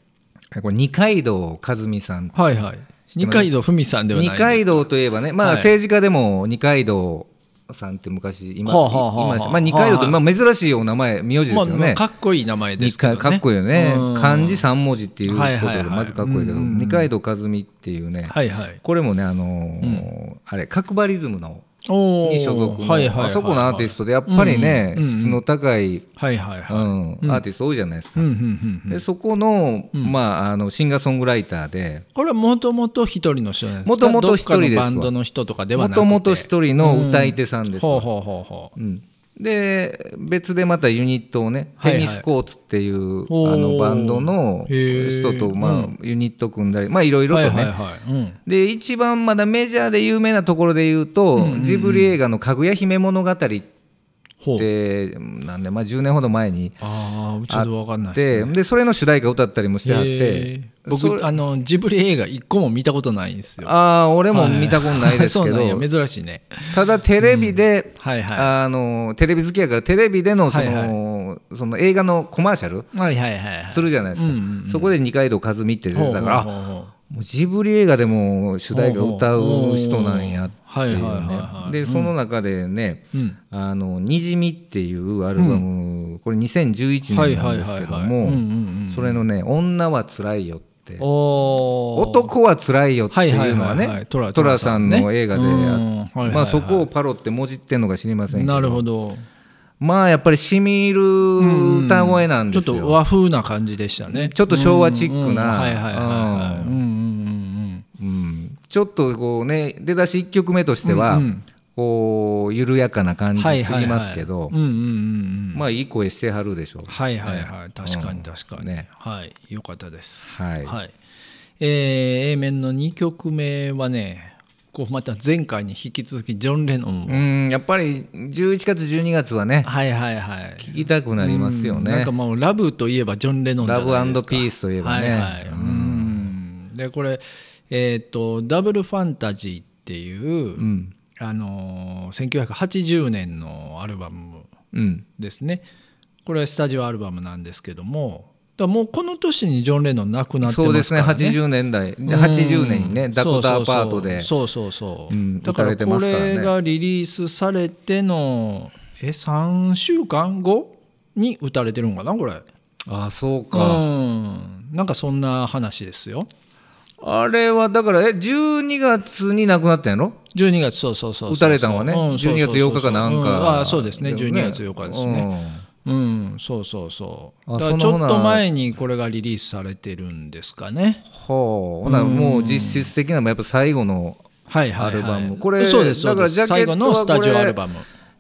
[SPEAKER 2] これ二階堂和美さん
[SPEAKER 1] はいはい二階堂ふみさんではない
[SPEAKER 2] 二
[SPEAKER 1] です
[SPEAKER 2] 階堂といえばね、まあ、
[SPEAKER 1] はい
[SPEAKER 2] 政治家でも二階堂さんって昔今、
[SPEAKER 1] はあはあはあ
[SPEAKER 2] いいましたまあ、二階堂
[SPEAKER 1] は
[SPEAKER 2] って
[SPEAKER 1] あは
[SPEAKER 2] まあ珍しいお名前名字です
[SPEAKER 1] まあ
[SPEAKER 2] よ
[SPEAKER 1] まあ
[SPEAKER 2] ね、
[SPEAKER 1] かっこいい名前です
[SPEAKER 2] 二
[SPEAKER 1] けどね
[SPEAKER 2] 階かっこいいよね
[SPEAKER 1] うん
[SPEAKER 2] 漢字三文字っていうこと
[SPEAKER 1] はいはい
[SPEAKER 2] で
[SPEAKER 1] はい
[SPEAKER 2] まずかっこいいけど、
[SPEAKER 1] うん
[SPEAKER 2] 二階堂和美っていうね、
[SPEAKER 1] はいはい
[SPEAKER 2] これもねあのーあれ角張リズムの
[SPEAKER 1] おー
[SPEAKER 2] に所属の、
[SPEAKER 1] はいはいはい
[SPEAKER 2] あそこのアーティストでやっぱりね、
[SPEAKER 1] うんうん
[SPEAKER 2] 質の高い、
[SPEAKER 1] はいはいは
[SPEAKER 2] う
[SPEAKER 1] い
[SPEAKER 2] ん
[SPEAKER 1] うん
[SPEAKER 2] アーティスト多いじゃないですか、
[SPEAKER 1] うんうんうんうん
[SPEAKER 2] でそこの,、
[SPEAKER 1] うん
[SPEAKER 2] まあ、あのシンガーソングライターで
[SPEAKER 1] これはもともと一人の人なんですか
[SPEAKER 2] 元々一人です
[SPEAKER 1] どっ
[SPEAKER 2] わ
[SPEAKER 1] かのバンドの人とかではな
[SPEAKER 2] も
[SPEAKER 1] くて
[SPEAKER 2] ともと一人の歌い手さんですわ、
[SPEAKER 1] ほうほうほうほう
[SPEAKER 2] うんで別でまたユニットをね、
[SPEAKER 1] はいはい
[SPEAKER 2] テニスコーツっていう
[SPEAKER 1] おー
[SPEAKER 2] あのバンドの
[SPEAKER 1] へー
[SPEAKER 2] 人と、まあ
[SPEAKER 1] うん
[SPEAKER 2] ユニット組んだりまあいろいろとね、
[SPEAKER 1] はいはいはいうん
[SPEAKER 2] で一番まだメジャーで有名なところで言うと、
[SPEAKER 1] うんうんうん
[SPEAKER 2] ジブリ映画の「かぐや姫物語」っ
[SPEAKER 1] ほう
[SPEAKER 2] てなんで、まあ、10年ほど前に
[SPEAKER 1] ああちょ
[SPEAKER 2] あ
[SPEAKER 1] っ
[SPEAKER 2] っ
[SPEAKER 1] と分かんない
[SPEAKER 2] て
[SPEAKER 1] です
[SPEAKER 2] でそれの主題歌歌ったりもしてあっ
[SPEAKER 1] へ
[SPEAKER 2] て
[SPEAKER 1] ー
[SPEAKER 2] それ
[SPEAKER 1] 僕あのジブリ映画一個も見たことないんですよ
[SPEAKER 2] あー俺も見たことないです けど、
[SPEAKER 1] そうなんや珍しいね
[SPEAKER 2] ただテレビで、
[SPEAKER 1] はいは
[SPEAKER 2] あのテレビ好きやからテレビでのその,、
[SPEAKER 1] はい
[SPEAKER 2] その映画のコマーシャル
[SPEAKER 1] いはいはいはいはい
[SPEAKER 2] するじゃないですか、
[SPEAKER 1] うんうんうん
[SPEAKER 2] そこで二階堂和美って出てたから
[SPEAKER 1] ほう
[SPEAKER 2] あ
[SPEAKER 1] ほうほうほう
[SPEAKER 2] もうジブリ映画でも主題歌歌う人なんやってい
[SPEAKER 1] ほうほうほうはいは
[SPEAKER 2] う
[SPEAKER 1] いはいは
[SPEAKER 2] ね
[SPEAKER 1] い
[SPEAKER 2] でその中でね
[SPEAKER 1] うん
[SPEAKER 2] 「あのにじみ」っていうアルバム、これ2011年なんですけど
[SPEAKER 1] うんうん
[SPEAKER 2] も
[SPEAKER 1] うん
[SPEAKER 2] それのね「女はつらいよ」って「
[SPEAKER 1] おー
[SPEAKER 2] 男はつらいよ」っていうの
[SPEAKER 1] は
[SPEAKER 2] は
[SPEAKER 1] いはいはいはい
[SPEAKER 2] ね
[SPEAKER 1] トラ
[SPEAKER 2] トラさん
[SPEAKER 1] トラさん
[SPEAKER 2] の
[SPEAKER 1] ね
[SPEAKER 2] 映画で
[SPEAKER 1] うん
[SPEAKER 2] あ
[SPEAKER 1] は
[SPEAKER 2] っ
[SPEAKER 1] いはいはい
[SPEAKER 2] まあそこをパロってもじってんのか知りませんけど
[SPEAKER 1] なるほど
[SPEAKER 2] まあやっぱりしみる歌声なん
[SPEAKER 1] ちょ
[SPEAKER 2] で
[SPEAKER 1] っ
[SPEAKER 2] すよ。
[SPEAKER 1] と和風な感じでしたね
[SPEAKER 2] ちょっと昭和チック
[SPEAKER 1] うん
[SPEAKER 2] な
[SPEAKER 1] はいはいはいはいうんうんうん
[SPEAKER 2] うんちょっとこうね出だし1曲目としては、
[SPEAKER 1] うんうん
[SPEAKER 2] こう緩やかな感
[SPEAKER 1] うん
[SPEAKER 2] じ
[SPEAKER 1] はい
[SPEAKER 2] す
[SPEAKER 1] はいはい
[SPEAKER 2] ぎますけど、
[SPEAKER 1] うんうんうんうん
[SPEAKER 2] まあいい声してはるでしょう。
[SPEAKER 1] はいはいはい確かに確かに
[SPEAKER 2] ね
[SPEAKER 1] はいよかったです
[SPEAKER 2] はい
[SPEAKER 1] はいえー A 面の2曲目はねこうまた前回に引き続きジョン・レノンを
[SPEAKER 2] うんやっぱり11月12月はね
[SPEAKER 1] はいはいはい
[SPEAKER 2] 聴きたくなりますよ
[SPEAKER 1] うんなん
[SPEAKER 2] ね
[SPEAKER 1] か。もうラブといえばジョン・レノンじゃないですか
[SPEAKER 2] ラブピースといえばね
[SPEAKER 1] はいはい
[SPEAKER 2] うん
[SPEAKER 1] うんでこれえっ、とダブルファンタジーっていう、
[SPEAKER 2] うん
[SPEAKER 1] あのー1980年のアルバム
[SPEAKER 2] うん
[SPEAKER 1] ですねこれはスタジオアルバムなんですけどもだからもうこの年にジョン・レノン亡くなって
[SPEAKER 2] そう
[SPEAKER 1] ま
[SPEAKER 2] ですす
[SPEAKER 1] か
[SPEAKER 2] ね
[SPEAKER 1] らね
[SPEAKER 2] 80年代80年にねダコタアパートで
[SPEAKER 1] そうそうそうそうそうそう
[SPEAKER 2] うん
[SPEAKER 1] だか
[SPEAKER 2] 打た
[SPEAKER 1] ら
[SPEAKER 2] れてま
[SPEAKER 1] こ
[SPEAKER 2] すからね
[SPEAKER 1] れがリリースされてのえ3週間後に打たれてるんかなこれ
[SPEAKER 2] あそう
[SPEAKER 1] う
[SPEAKER 2] か、
[SPEAKER 1] んなんかそんな話ですよ
[SPEAKER 2] あれはだからえ12月に亡くなったんやろ
[SPEAKER 1] 12月そうそうそうそう
[SPEAKER 2] 打たれたんはね、
[SPEAKER 1] うんそうそうそ
[SPEAKER 2] 12
[SPEAKER 1] う
[SPEAKER 2] 月8日かなんか、
[SPEAKER 1] うんあそうですね12月8日ですね
[SPEAKER 2] う
[SPEAKER 1] う
[SPEAKER 2] ん
[SPEAKER 1] んそうそうそう
[SPEAKER 2] あ
[SPEAKER 1] だからち
[SPEAKER 2] そ
[SPEAKER 1] ょ
[SPEAKER 2] の
[SPEAKER 1] っ
[SPEAKER 2] ほな
[SPEAKER 1] と前にこれがリリースされてるんですかね
[SPEAKER 2] ほうほなもう実質的なやっぱ最後の
[SPEAKER 1] はいはい、はい、
[SPEAKER 2] アルバムこれ
[SPEAKER 1] そうですそう
[SPEAKER 2] だか
[SPEAKER 1] です
[SPEAKER 2] らジャケ
[SPEAKER 1] 最
[SPEAKER 2] ット
[SPEAKER 1] 後
[SPEAKER 2] は
[SPEAKER 1] のスタジオ
[SPEAKER 2] これ
[SPEAKER 1] アルバム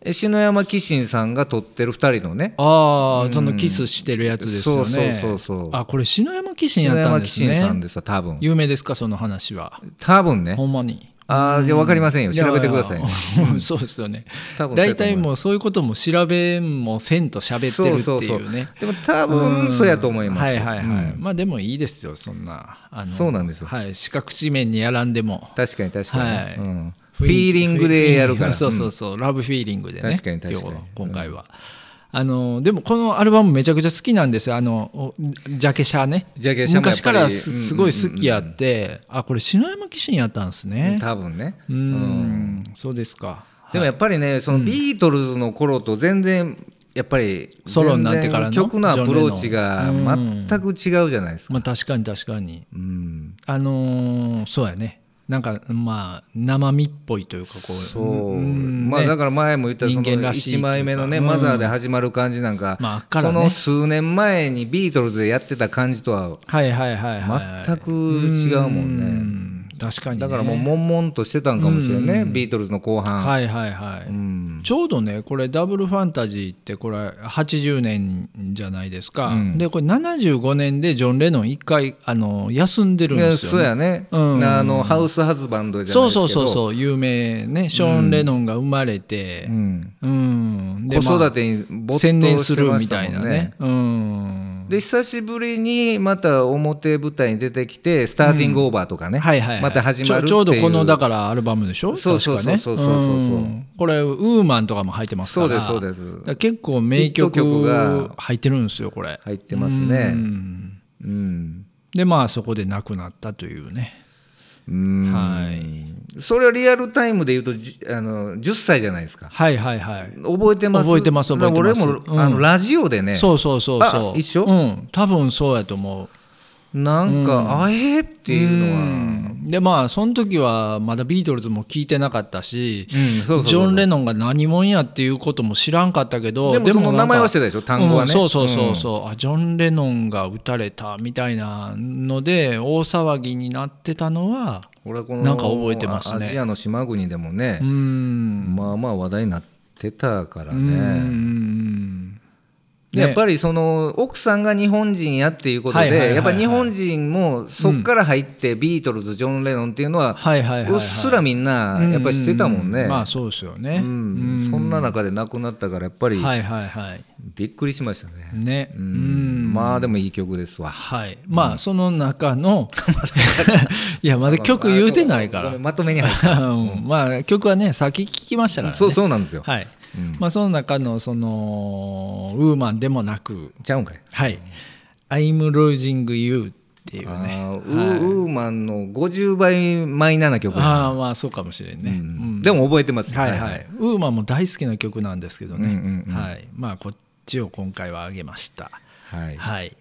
[SPEAKER 2] え篠山紀信さんが撮ってる2人のね
[SPEAKER 1] ああ、そのキスしてるやつですよね。
[SPEAKER 2] そうそうそうそう
[SPEAKER 1] あ、これ篠山紀信やっ
[SPEAKER 2] 篠
[SPEAKER 1] た
[SPEAKER 2] 山
[SPEAKER 1] んで
[SPEAKER 2] 紀
[SPEAKER 1] す
[SPEAKER 2] 信さん
[SPEAKER 1] ね。
[SPEAKER 2] ですよ多分
[SPEAKER 1] 有名ですかその話は。
[SPEAKER 2] 多分ね
[SPEAKER 1] ほんまに。
[SPEAKER 2] ああじゃ分かりませんよ調べてください
[SPEAKER 1] や
[SPEAKER 2] ね
[SPEAKER 1] やそうですよね。
[SPEAKER 2] 多分そうやと思
[SPEAKER 1] 大体
[SPEAKER 2] います
[SPEAKER 1] もうそういうことも調べもせんと喋ってるっていうね。
[SPEAKER 2] でも多分そうやと思います
[SPEAKER 1] はいはいはい、
[SPEAKER 2] うん
[SPEAKER 1] まあでもいいですよそんなあの
[SPEAKER 2] そうなんですよ
[SPEAKER 1] はい四角紙面にやらんでも
[SPEAKER 2] 確かに確かに、
[SPEAKER 1] はい
[SPEAKER 2] うんフィーリングでやるから
[SPEAKER 1] そうそうそう、ラブフィーリングでね
[SPEAKER 2] 確かに確かに
[SPEAKER 1] 今日今回は、あのでもこのアルバムめちゃくちゃ好きなんですよあのおジャケシャね
[SPEAKER 2] ジャケシャもやっぱり
[SPEAKER 1] 昔から
[SPEAKER 2] う
[SPEAKER 1] す
[SPEAKER 2] んうんうん
[SPEAKER 1] すごい好きやって、あこれ篠山紀信やったんです
[SPEAKER 2] うん
[SPEAKER 1] ね
[SPEAKER 2] 多分ね
[SPEAKER 1] うんそうですか
[SPEAKER 2] でもやっぱりね、そのビートルズの頃と全然やっぱり
[SPEAKER 1] ソロになってからの
[SPEAKER 2] 全然曲のアプローチが
[SPEAKER 1] ジョンレノン
[SPEAKER 2] 全く違うじゃないですか。
[SPEAKER 1] まあ確かに確かに
[SPEAKER 2] うん、
[SPEAKER 1] あのーそうやねなんかまあ生身っぽいというかこう
[SPEAKER 2] そう、
[SPEAKER 1] ん
[SPEAKER 2] まあ
[SPEAKER 1] ね
[SPEAKER 2] だから前も言ったその
[SPEAKER 1] 人間らしいという
[SPEAKER 2] 1
[SPEAKER 1] か
[SPEAKER 2] 枚目のね、
[SPEAKER 1] うん
[SPEAKER 2] マザーで始まる感じなんか,、
[SPEAKER 1] まあから
[SPEAKER 2] そ
[SPEAKER 1] ね
[SPEAKER 2] の数年前にビートルズでやってた感じとは
[SPEAKER 1] はいはいはいはいはい
[SPEAKER 2] 全く違うもんね
[SPEAKER 1] うん確かに、ね、
[SPEAKER 2] だからもう悶々としてたんかもしれんね、
[SPEAKER 1] うん
[SPEAKER 2] ビートルズの後半、
[SPEAKER 1] はいはいはい、
[SPEAKER 2] うん
[SPEAKER 1] ちょうどねこれダブルファンタジーってこれ80年じゃないですか、
[SPEAKER 2] うん
[SPEAKER 1] でこれ75年でジョン・レノン一回あの休んでるん
[SPEAKER 2] い
[SPEAKER 1] で
[SPEAKER 2] や
[SPEAKER 1] す
[SPEAKER 2] そ
[SPEAKER 1] よ
[SPEAKER 2] う
[SPEAKER 1] ね
[SPEAKER 2] やね、
[SPEAKER 1] うん
[SPEAKER 2] あのハウスハズバンドじゃな
[SPEAKER 1] そ
[SPEAKER 2] いうですけ
[SPEAKER 1] そ
[SPEAKER 2] ど
[SPEAKER 1] うそうそう有名ねショーン・レノンが生まれて
[SPEAKER 2] うん
[SPEAKER 1] うん、で
[SPEAKER 2] 子育
[SPEAKER 1] ま
[SPEAKER 2] てに
[SPEAKER 1] あ
[SPEAKER 2] 没頭して
[SPEAKER 1] 専
[SPEAKER 2] ま
[SPEAKER 1] 念
[SPEAKER 2] し
[SPEAKER 1] す
[SPEAKER 2] た
[SPEAKER 1] る
[SPEAKER 2] もん
[SPEAKER 1] みたいなねうん
[SPEAKER 2] で久しぶりにまた表舞台に出てきてスターティングオーバーとかね、
[SPEAKER 1] はいはいはい、
[SPEAKER 2] また始まるっていう
[SPEAKER 1] ちょちょうどこのだからアルバムでしょ
[SPEAKER 2] そうそう
[SPEAKER 1] 確かね
[SPEAKER 2] そうそうそうそうそうん
[SPEAKER 1] これウーマンとかも入ってますか
[SPEAKER 2] そうで
[SPEAKER 1] ら
[SPEAKER 2] すそうですす
[SPEAKER 1] 結構名曲
[SPEAKER 2] ヒット曲が
[SPEAKER 1] 入ってるんですよこれ
[SPEAKER 2] 入ってますね
[SPEAKER 1] うん
[SPEAKER 2] うん
[SPEAKER 1] でまあそこで亡くなったというね
[SPEAKER 2] うん
[SPEAKER 1] はい
[SPEAKER 2] それはリアルタイムで言うとじあの10歳じゃないですか
[SPEAKER 1] はいはいはい、
[SPEAKER 2] 覚えてます
[SPEAKER 1] 覚えてます覚えてます
[SPEAKER 2] 俺も、あ
[SPEAKER 1] う
[SPEAKER 2] の
[SPEAKER 1] ん
[SPEAKER 2] ラジオでね
[SPEAKER 1] そうそうそうそう
[SPEAKER 2] あ一緒
[SPEAKER 1] うん多分そうやと思う
[SPEAKER 2] なんか、あえーっていうのは、
[SPEAKER 1] うんでまあその時はまだビートルズも聞いてなかったし、
[SPEAKER 2] うんそうそうそう
[SPEAKER 1] ジョン・レノンが何者やっていうことも知らんかったけど
[SPEAKER 2] でもその
[SPEAKER 1] なんか
[SPEAKER 2] 名前は知ってたでしょ単語
[SPEAKER 1] う
[SPEAKER 2] はね
[SPEAKER 1] んそうそうそうそう、あジョン・レノンが撃たれたみたいなので大騒ぎになってたのは
[SPEAKER 2] 俺はこの
[SPEAKER 1] なんか覚えてますね
[SPEAKER 2] アジアの島国でもね
[SPEAKER 1] う、ん
[SPEAKER 2] まあまあ話題になってたから
[SPEAKER 1] うん
[SPEAKER 2] ね、で
[SPEAKER 1] ね
[SPEAKER 2] やっぱりその奥さんが日本人やっていうこと
[SPEAKER 1] はいはいはいは
[SPEAKER 2] で
[SPEAKER 1] い
[SPEAKER 2] やっぱ日本人もそっから入ってビートルズジョン・レノンっていうのは
[SPEAKER 1] はいはいはいはいう
[SPEAKER 2] っすらみんなやっぱりしてたもん
[SPEAKER 1] う
[SPEAKER 2] ね
[SPEAKER 1] まあそうですよね、
[SPEAKER 2] うんそんな中で亡くなったからやっぱり
[SPEAKER 1] はいはいはい
[SPEAKER 2] びっくりしましたね
[SPEAKER 1] ね
[SPEAKER 2] う
[SPEAKER 1] うん
[SPEAKER 2] んまあでもいい曲ですわ
[SPEAKER 1] はい、まあその中の いやまだ曲言うてないか
[SPEAKER 2] ごめん
[SPEAKER 1] ら
[SPEAKER 2] まとめに入った
[SPEAKER 1] うんまあ曲はね先聞きましたからね
[SPEAKER 2] そうそうなんですよ
[SPEAKER 1] はい、
[SPEAKER 2] うん
[SPEAKER 1] まあその中のそのウーマンでもなく
[SPEAKER 2] ちゃうんかい
[SPEAKER 1] はい「I'm losing you」っていう
[SPEAKER 2] あ
[SPEAKER 1] ね
[SPEAKER 2] ーウーウーマンの50倍マイナーな曲
[SPEAKER 1] ああまあそうかもしれんね、
[SPEAKER 2] うんでも覚えてます
[SPEAKER 1] はいはい、ウーマンも大好きな曲なんですけどね、
[SPEAKER 2] うんうんうん
[SPEAKER 1] はい、まあこっちを今回は上げました
[SPEAKER 2] はい
[SPEAKER 1] はい、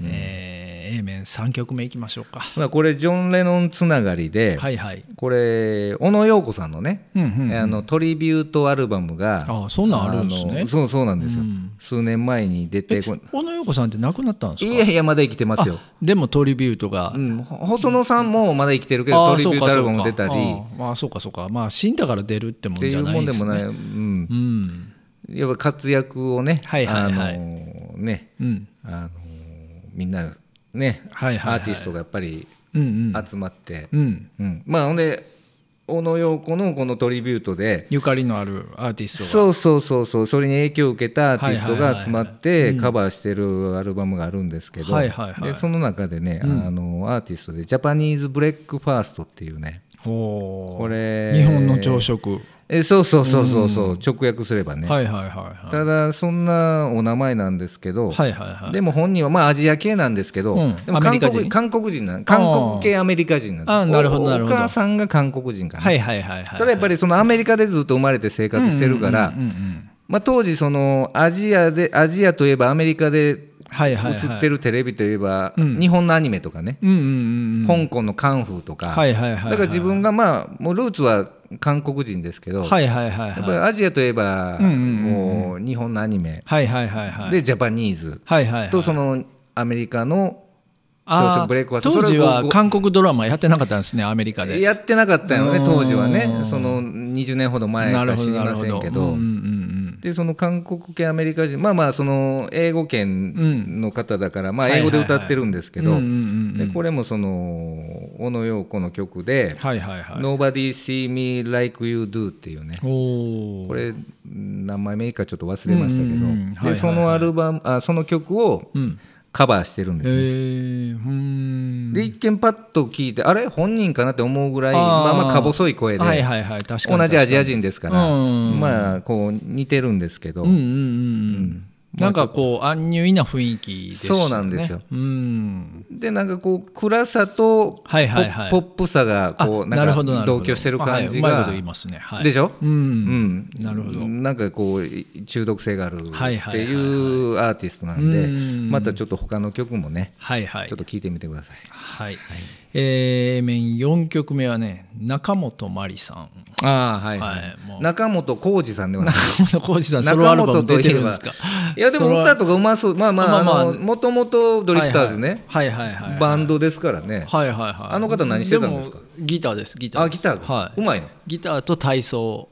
[SPEAKER 1] えー A 面3曲目いきましょうか
[SPEAKER 2] まあこれジョン・レノンつながりで、
[SPEAKER 1] はいはい
[SPEAKER 2] これ小野陽子さんのね、
[SPEAKER 1] うんうんうん
[SPEAKER 2] あのトリビュートアルバムが
[SPEAKER 1] あそんなんあるんですね
[SPEAKER 2] あのそうそうなんですよ、
[SPEAKER 1] うん
[SPEAKER 2] 数年前に出て
[SPEAKER 1] え
[SPEAKER 2] こい
[SPEAKER 1] 小野洋子さんって亡くなったんですか
[SPEAKER 2] やいやまだ生きてますよ、
[SPEAKER 1] でもトリビュートが、
[SPEAKER 2] うん、ほ細野さんもまだ生きてるけ
[SPEAKER 1] あ
[SPEAKER 2] どトリビュートアルバム出たり
[SPEAKER 1] あーまあそうかそうかまあ死んだから出るっても
[SPEAKER 2] っ
[SPEAKER 1] ん
[SPEAKER 2] て
[SPEAKER 1] じ
[SPEAKER 2] い
[SPEAKER 1] ゃ
[SPEAKER 2] う
[SPEAKER 1] な
[SPEAKER 2] も
[SPEAKER 1] い
[SPEAKER 2] ん
[SPEAKER 1] で
[SPEAKER 2] ですもない、
[SPEAKER 1] ね
[SPEAKER 2] うん
[SPEAKER 1] う、ん
[SPEAKER 2] やっぱ活躍をね、
[SPEAKER 1] はいはいはい
[SPEAKER 2] あのーね
[SPEAKER 1] うん
[SPEAKER 2] あのーみんなね、
[SPEAKER 1] はいはいはい
[SPEAKER 2] アーティストがやっぱり
[SPEAKER 1] うんうん
[SPEAKER 2] 集まって、
[SPEAKER 1] うん
[SPEAKER 2] うんまあほんで小野陽子のこのトリビュートで、
[SPEAKER 1] ゆかりのあるアーティストが
[SPEAKER 2] そうそうそうそうそれに影響を受けたアーティスト
[SPEAKER 1] はいはい
[SPEAKER 2] が
[SPEAKER 1] はい
[SPEAKER 2] 集まってカバーしてるアルバムがあるんですけど、
[SPEAKER 1] はいはいはい
[SPEAKER 2] でその中でね、あのアーティストで「ジャパニーズ・ブレックファースト」っていうね
[SPEAKER 1] おー
[SPEAKER 2] これ
[SPEAKER 1] 日本の朝食、
[SPEAKER 2] えそうそうそうそうそう、直訳すればね、
[SPEAKER 1] はいはいはいはい
[SPEAKER 2] ただそんなお名前なんですけど、
[SPEAKER 1] はいはいはい
[SPEAKER 2] でも本人はまあアジア系なんですけど、
[SPEAKER 1] うん
[SPEAKER 2] でも
[SPEAKER 1] アメ
[SPEAKER 2] 韓
[SPEAKER 1] リカ人
[SPEAKER 2] 国韓国人なん韓国系アメリカ人なんです
[SPEAKER 1] あーなるほど
[SPEAKER 2] お
[SPEAKER 1] なるほど
[SPEAKER 2] お母さんが韓国人かな、
[SPEAKER 1] はいはいはいはい
[SPEAKER 2] ただやっぱりそのアメリカでずっと生まれて生活してるから、
[SPEAKER 1] うんうん
[SPEAKER 2] まあ、当時そのアジアでアジアといえばアメリカで
[SPEAKER 1] はいはいはい
[SPEAKER 2] 映ってるテレビといえば
[SPEAKER 1] うん
[SPEAKER 2] 日本のアニメとかね、
[SPEAKER 1] うんうんうんうん
[SPEAKER 2] 香港のカンフーとか、
[SPEAKER 1] はいはいはいはい
[SPEAKER 2] だから自分がまあもうルーツは韓国人ですけど、
[SPEAKER 1] はいはいはい
[SPEAKER 2] やっ
[SPEAKER 1] は
[SPEAKER 2] ぱ
[SPEAKER 1] い
[SPEAKER 2] りアジアといえば
[SPEAKER 1] うんうんうん
[SPEAKER 2] もう日本のアニメ、
[SPEAKER 1] はいはいはいはい
[SPEAKER 2] でジャパニーズ
[SPEAKER 1] はいはいはい
[SPEAKER 2] とそのアメリカの
[SPEAKER 1] あー
[SPEAKER 2] 朝食ブレイクファースト
[SPEAKER 1] 当時
[SPEAKER 2] それを
[SPEAKER 1] は
[SPEAKER 2] ご
[SPEAKER 1] 韓国ドラマやってなかったんですねアメリカで
[SPEAKER 2] やってなかったよね
[SPEAKER 1] うん
[SPEAKER 2] 当時はねその20年ほど前
[SPEAKER 1] な
[SPEAKER 2] か
[SPEAKER 1] る
[SPEAKER 2] ら
[SPEAKER 1] ほ
[SPEAKER 2] 知
[SPEAKER 1] ど
[SPEAKER 2] り
[SPEAKER 1] なる
[SPEAKER 2] ま
[SPEAKER 1] ほ
[SPEAKER 2] せん
[SPEAKER 1] ど
[SPEAKER 2] け
[SPEAKER 1] う
[SPEAKER 2] ど
[SPEAKER 1] んうん
[SPEAKER 2] でその韓国系アメリカ人まあまあその英語圏の方だから、まあ
[SPEAKER 1] はい
[SPEAKER 2] 英
[SPEAKER 1] はい
[SPEAKER 2] 語
[SPEAKER 1] はい
[SPEAKER 2] で歌ってるんですけ
[SPEAKER 1] う
[SPEAKER 2] ど
[SPEAKER 1] んうんうん
[SPEAKER 2] でこれもその小野陽子の曲で
[SPEAKER 1] はいはい
[SPEAKER 2] 「
[SPEAKER 1] はい
[SPEAKER 2] Nobody See Me Like You Do」っていうね
[SPEAKER 1] おお
[SPEAKER 2] これ何枚目かちょっと忘れましたけ
[SPEAKER 1] うんうんうんはいはい
[SPEAKER 2] ど
[SPEAKER 1] はい
[SPEAKER 2] でそのアルバムあその曲を
[SPEAKER 1] うん
[SPEAKER 2] カバーしてるん
[SPEAKER 1] え
[SPEAKER 2] ですね。
[SPEAKER 1] ーうーん
[SPEAKER 2] で一見パッと聞いてあれ本人かなって思うぐらい
[SPEAKER 1] あー
[SPEAKER 2] まあまあか細い声で
[SPEAKER 1] はいはいはい確かに
[SPEAKER 2] 同じアジア人ですから
[SPEAKER 1] うん
[SPEAKER 2] まあこう似てるんですけど
[SPEAKER 1] うんうんうんうんなんかこう安入意な雰囲気ですよね
[SPEAKER 2] そうなんですよ
[SPEAKER 1] うん
[SPEAKER 2] でなんかこう暗さとポ,、
[SPEAKER 1] はいはいはい
[SPEAKER 2] ポップさがこう
[SPEAKER 1] あなる
[SPEAKER 2] なん
[SPEAKER 1] ほどな
[SPEAKER 2] か
[SPEAKER 1] るほ
[SPEAKER 2] 同
[SPEAKER 1] ど
[SPEAKER 2] 居してる感じ
[SPEAKER 1] はいうまいこ
[SPEAKER 2] が
[SPEAKER 1] と言いますねはい
[SPEAKER 2] でしょ
[SPEAKER 1] う
[SPEAKER 2] うんん
[SPEAKER 1] なるほど
[SPEAKER 2] なんかこうい中毒性があるって
[SPEAKER 1] はいはいはい
[SPEAKER 2] い
[SPEAKER 1] は
[SPEAKER 2] うアーティストなんで
[SPEAKER 1] うん
[SPEAKER 2] またちょっと他の曲もね
[SPEAKER 1] はいはい
[SPEAKER 2] ちょっと聞いてみてください
[SPEAKER 1] はいえー面4曲目はね中本真理さん
[SPEAKER 2] ああはい
[SPEAKER 1] はいもう
[SPEAKER 2] 中本浩二さんではない
[SPEAKER 1] 中本浩二さんソロアルバム出てるんですか
[SPEAKER 2] いややでも
[SPEAKER 1] それは
[SPEAKER 2] 歌とかうまそうまあま あ
[SPEAKER 1] まあまあ
[SPEAKER 2] もともとドリフターズね、
[SPEAKER 1] はいはいはいはい
[SPEAKER 2] バンドですからね、
[SPEAKER 1] はいはいはい
[SPEAKER 2] あの方何してたんですか
[SPEAKER 1] もギターですギター
[SPEAKER 2] あギターが、
[SPEAKER 1] はいう
[SPEAKER 2] まいの
[SPEAKER 1] ギターと体操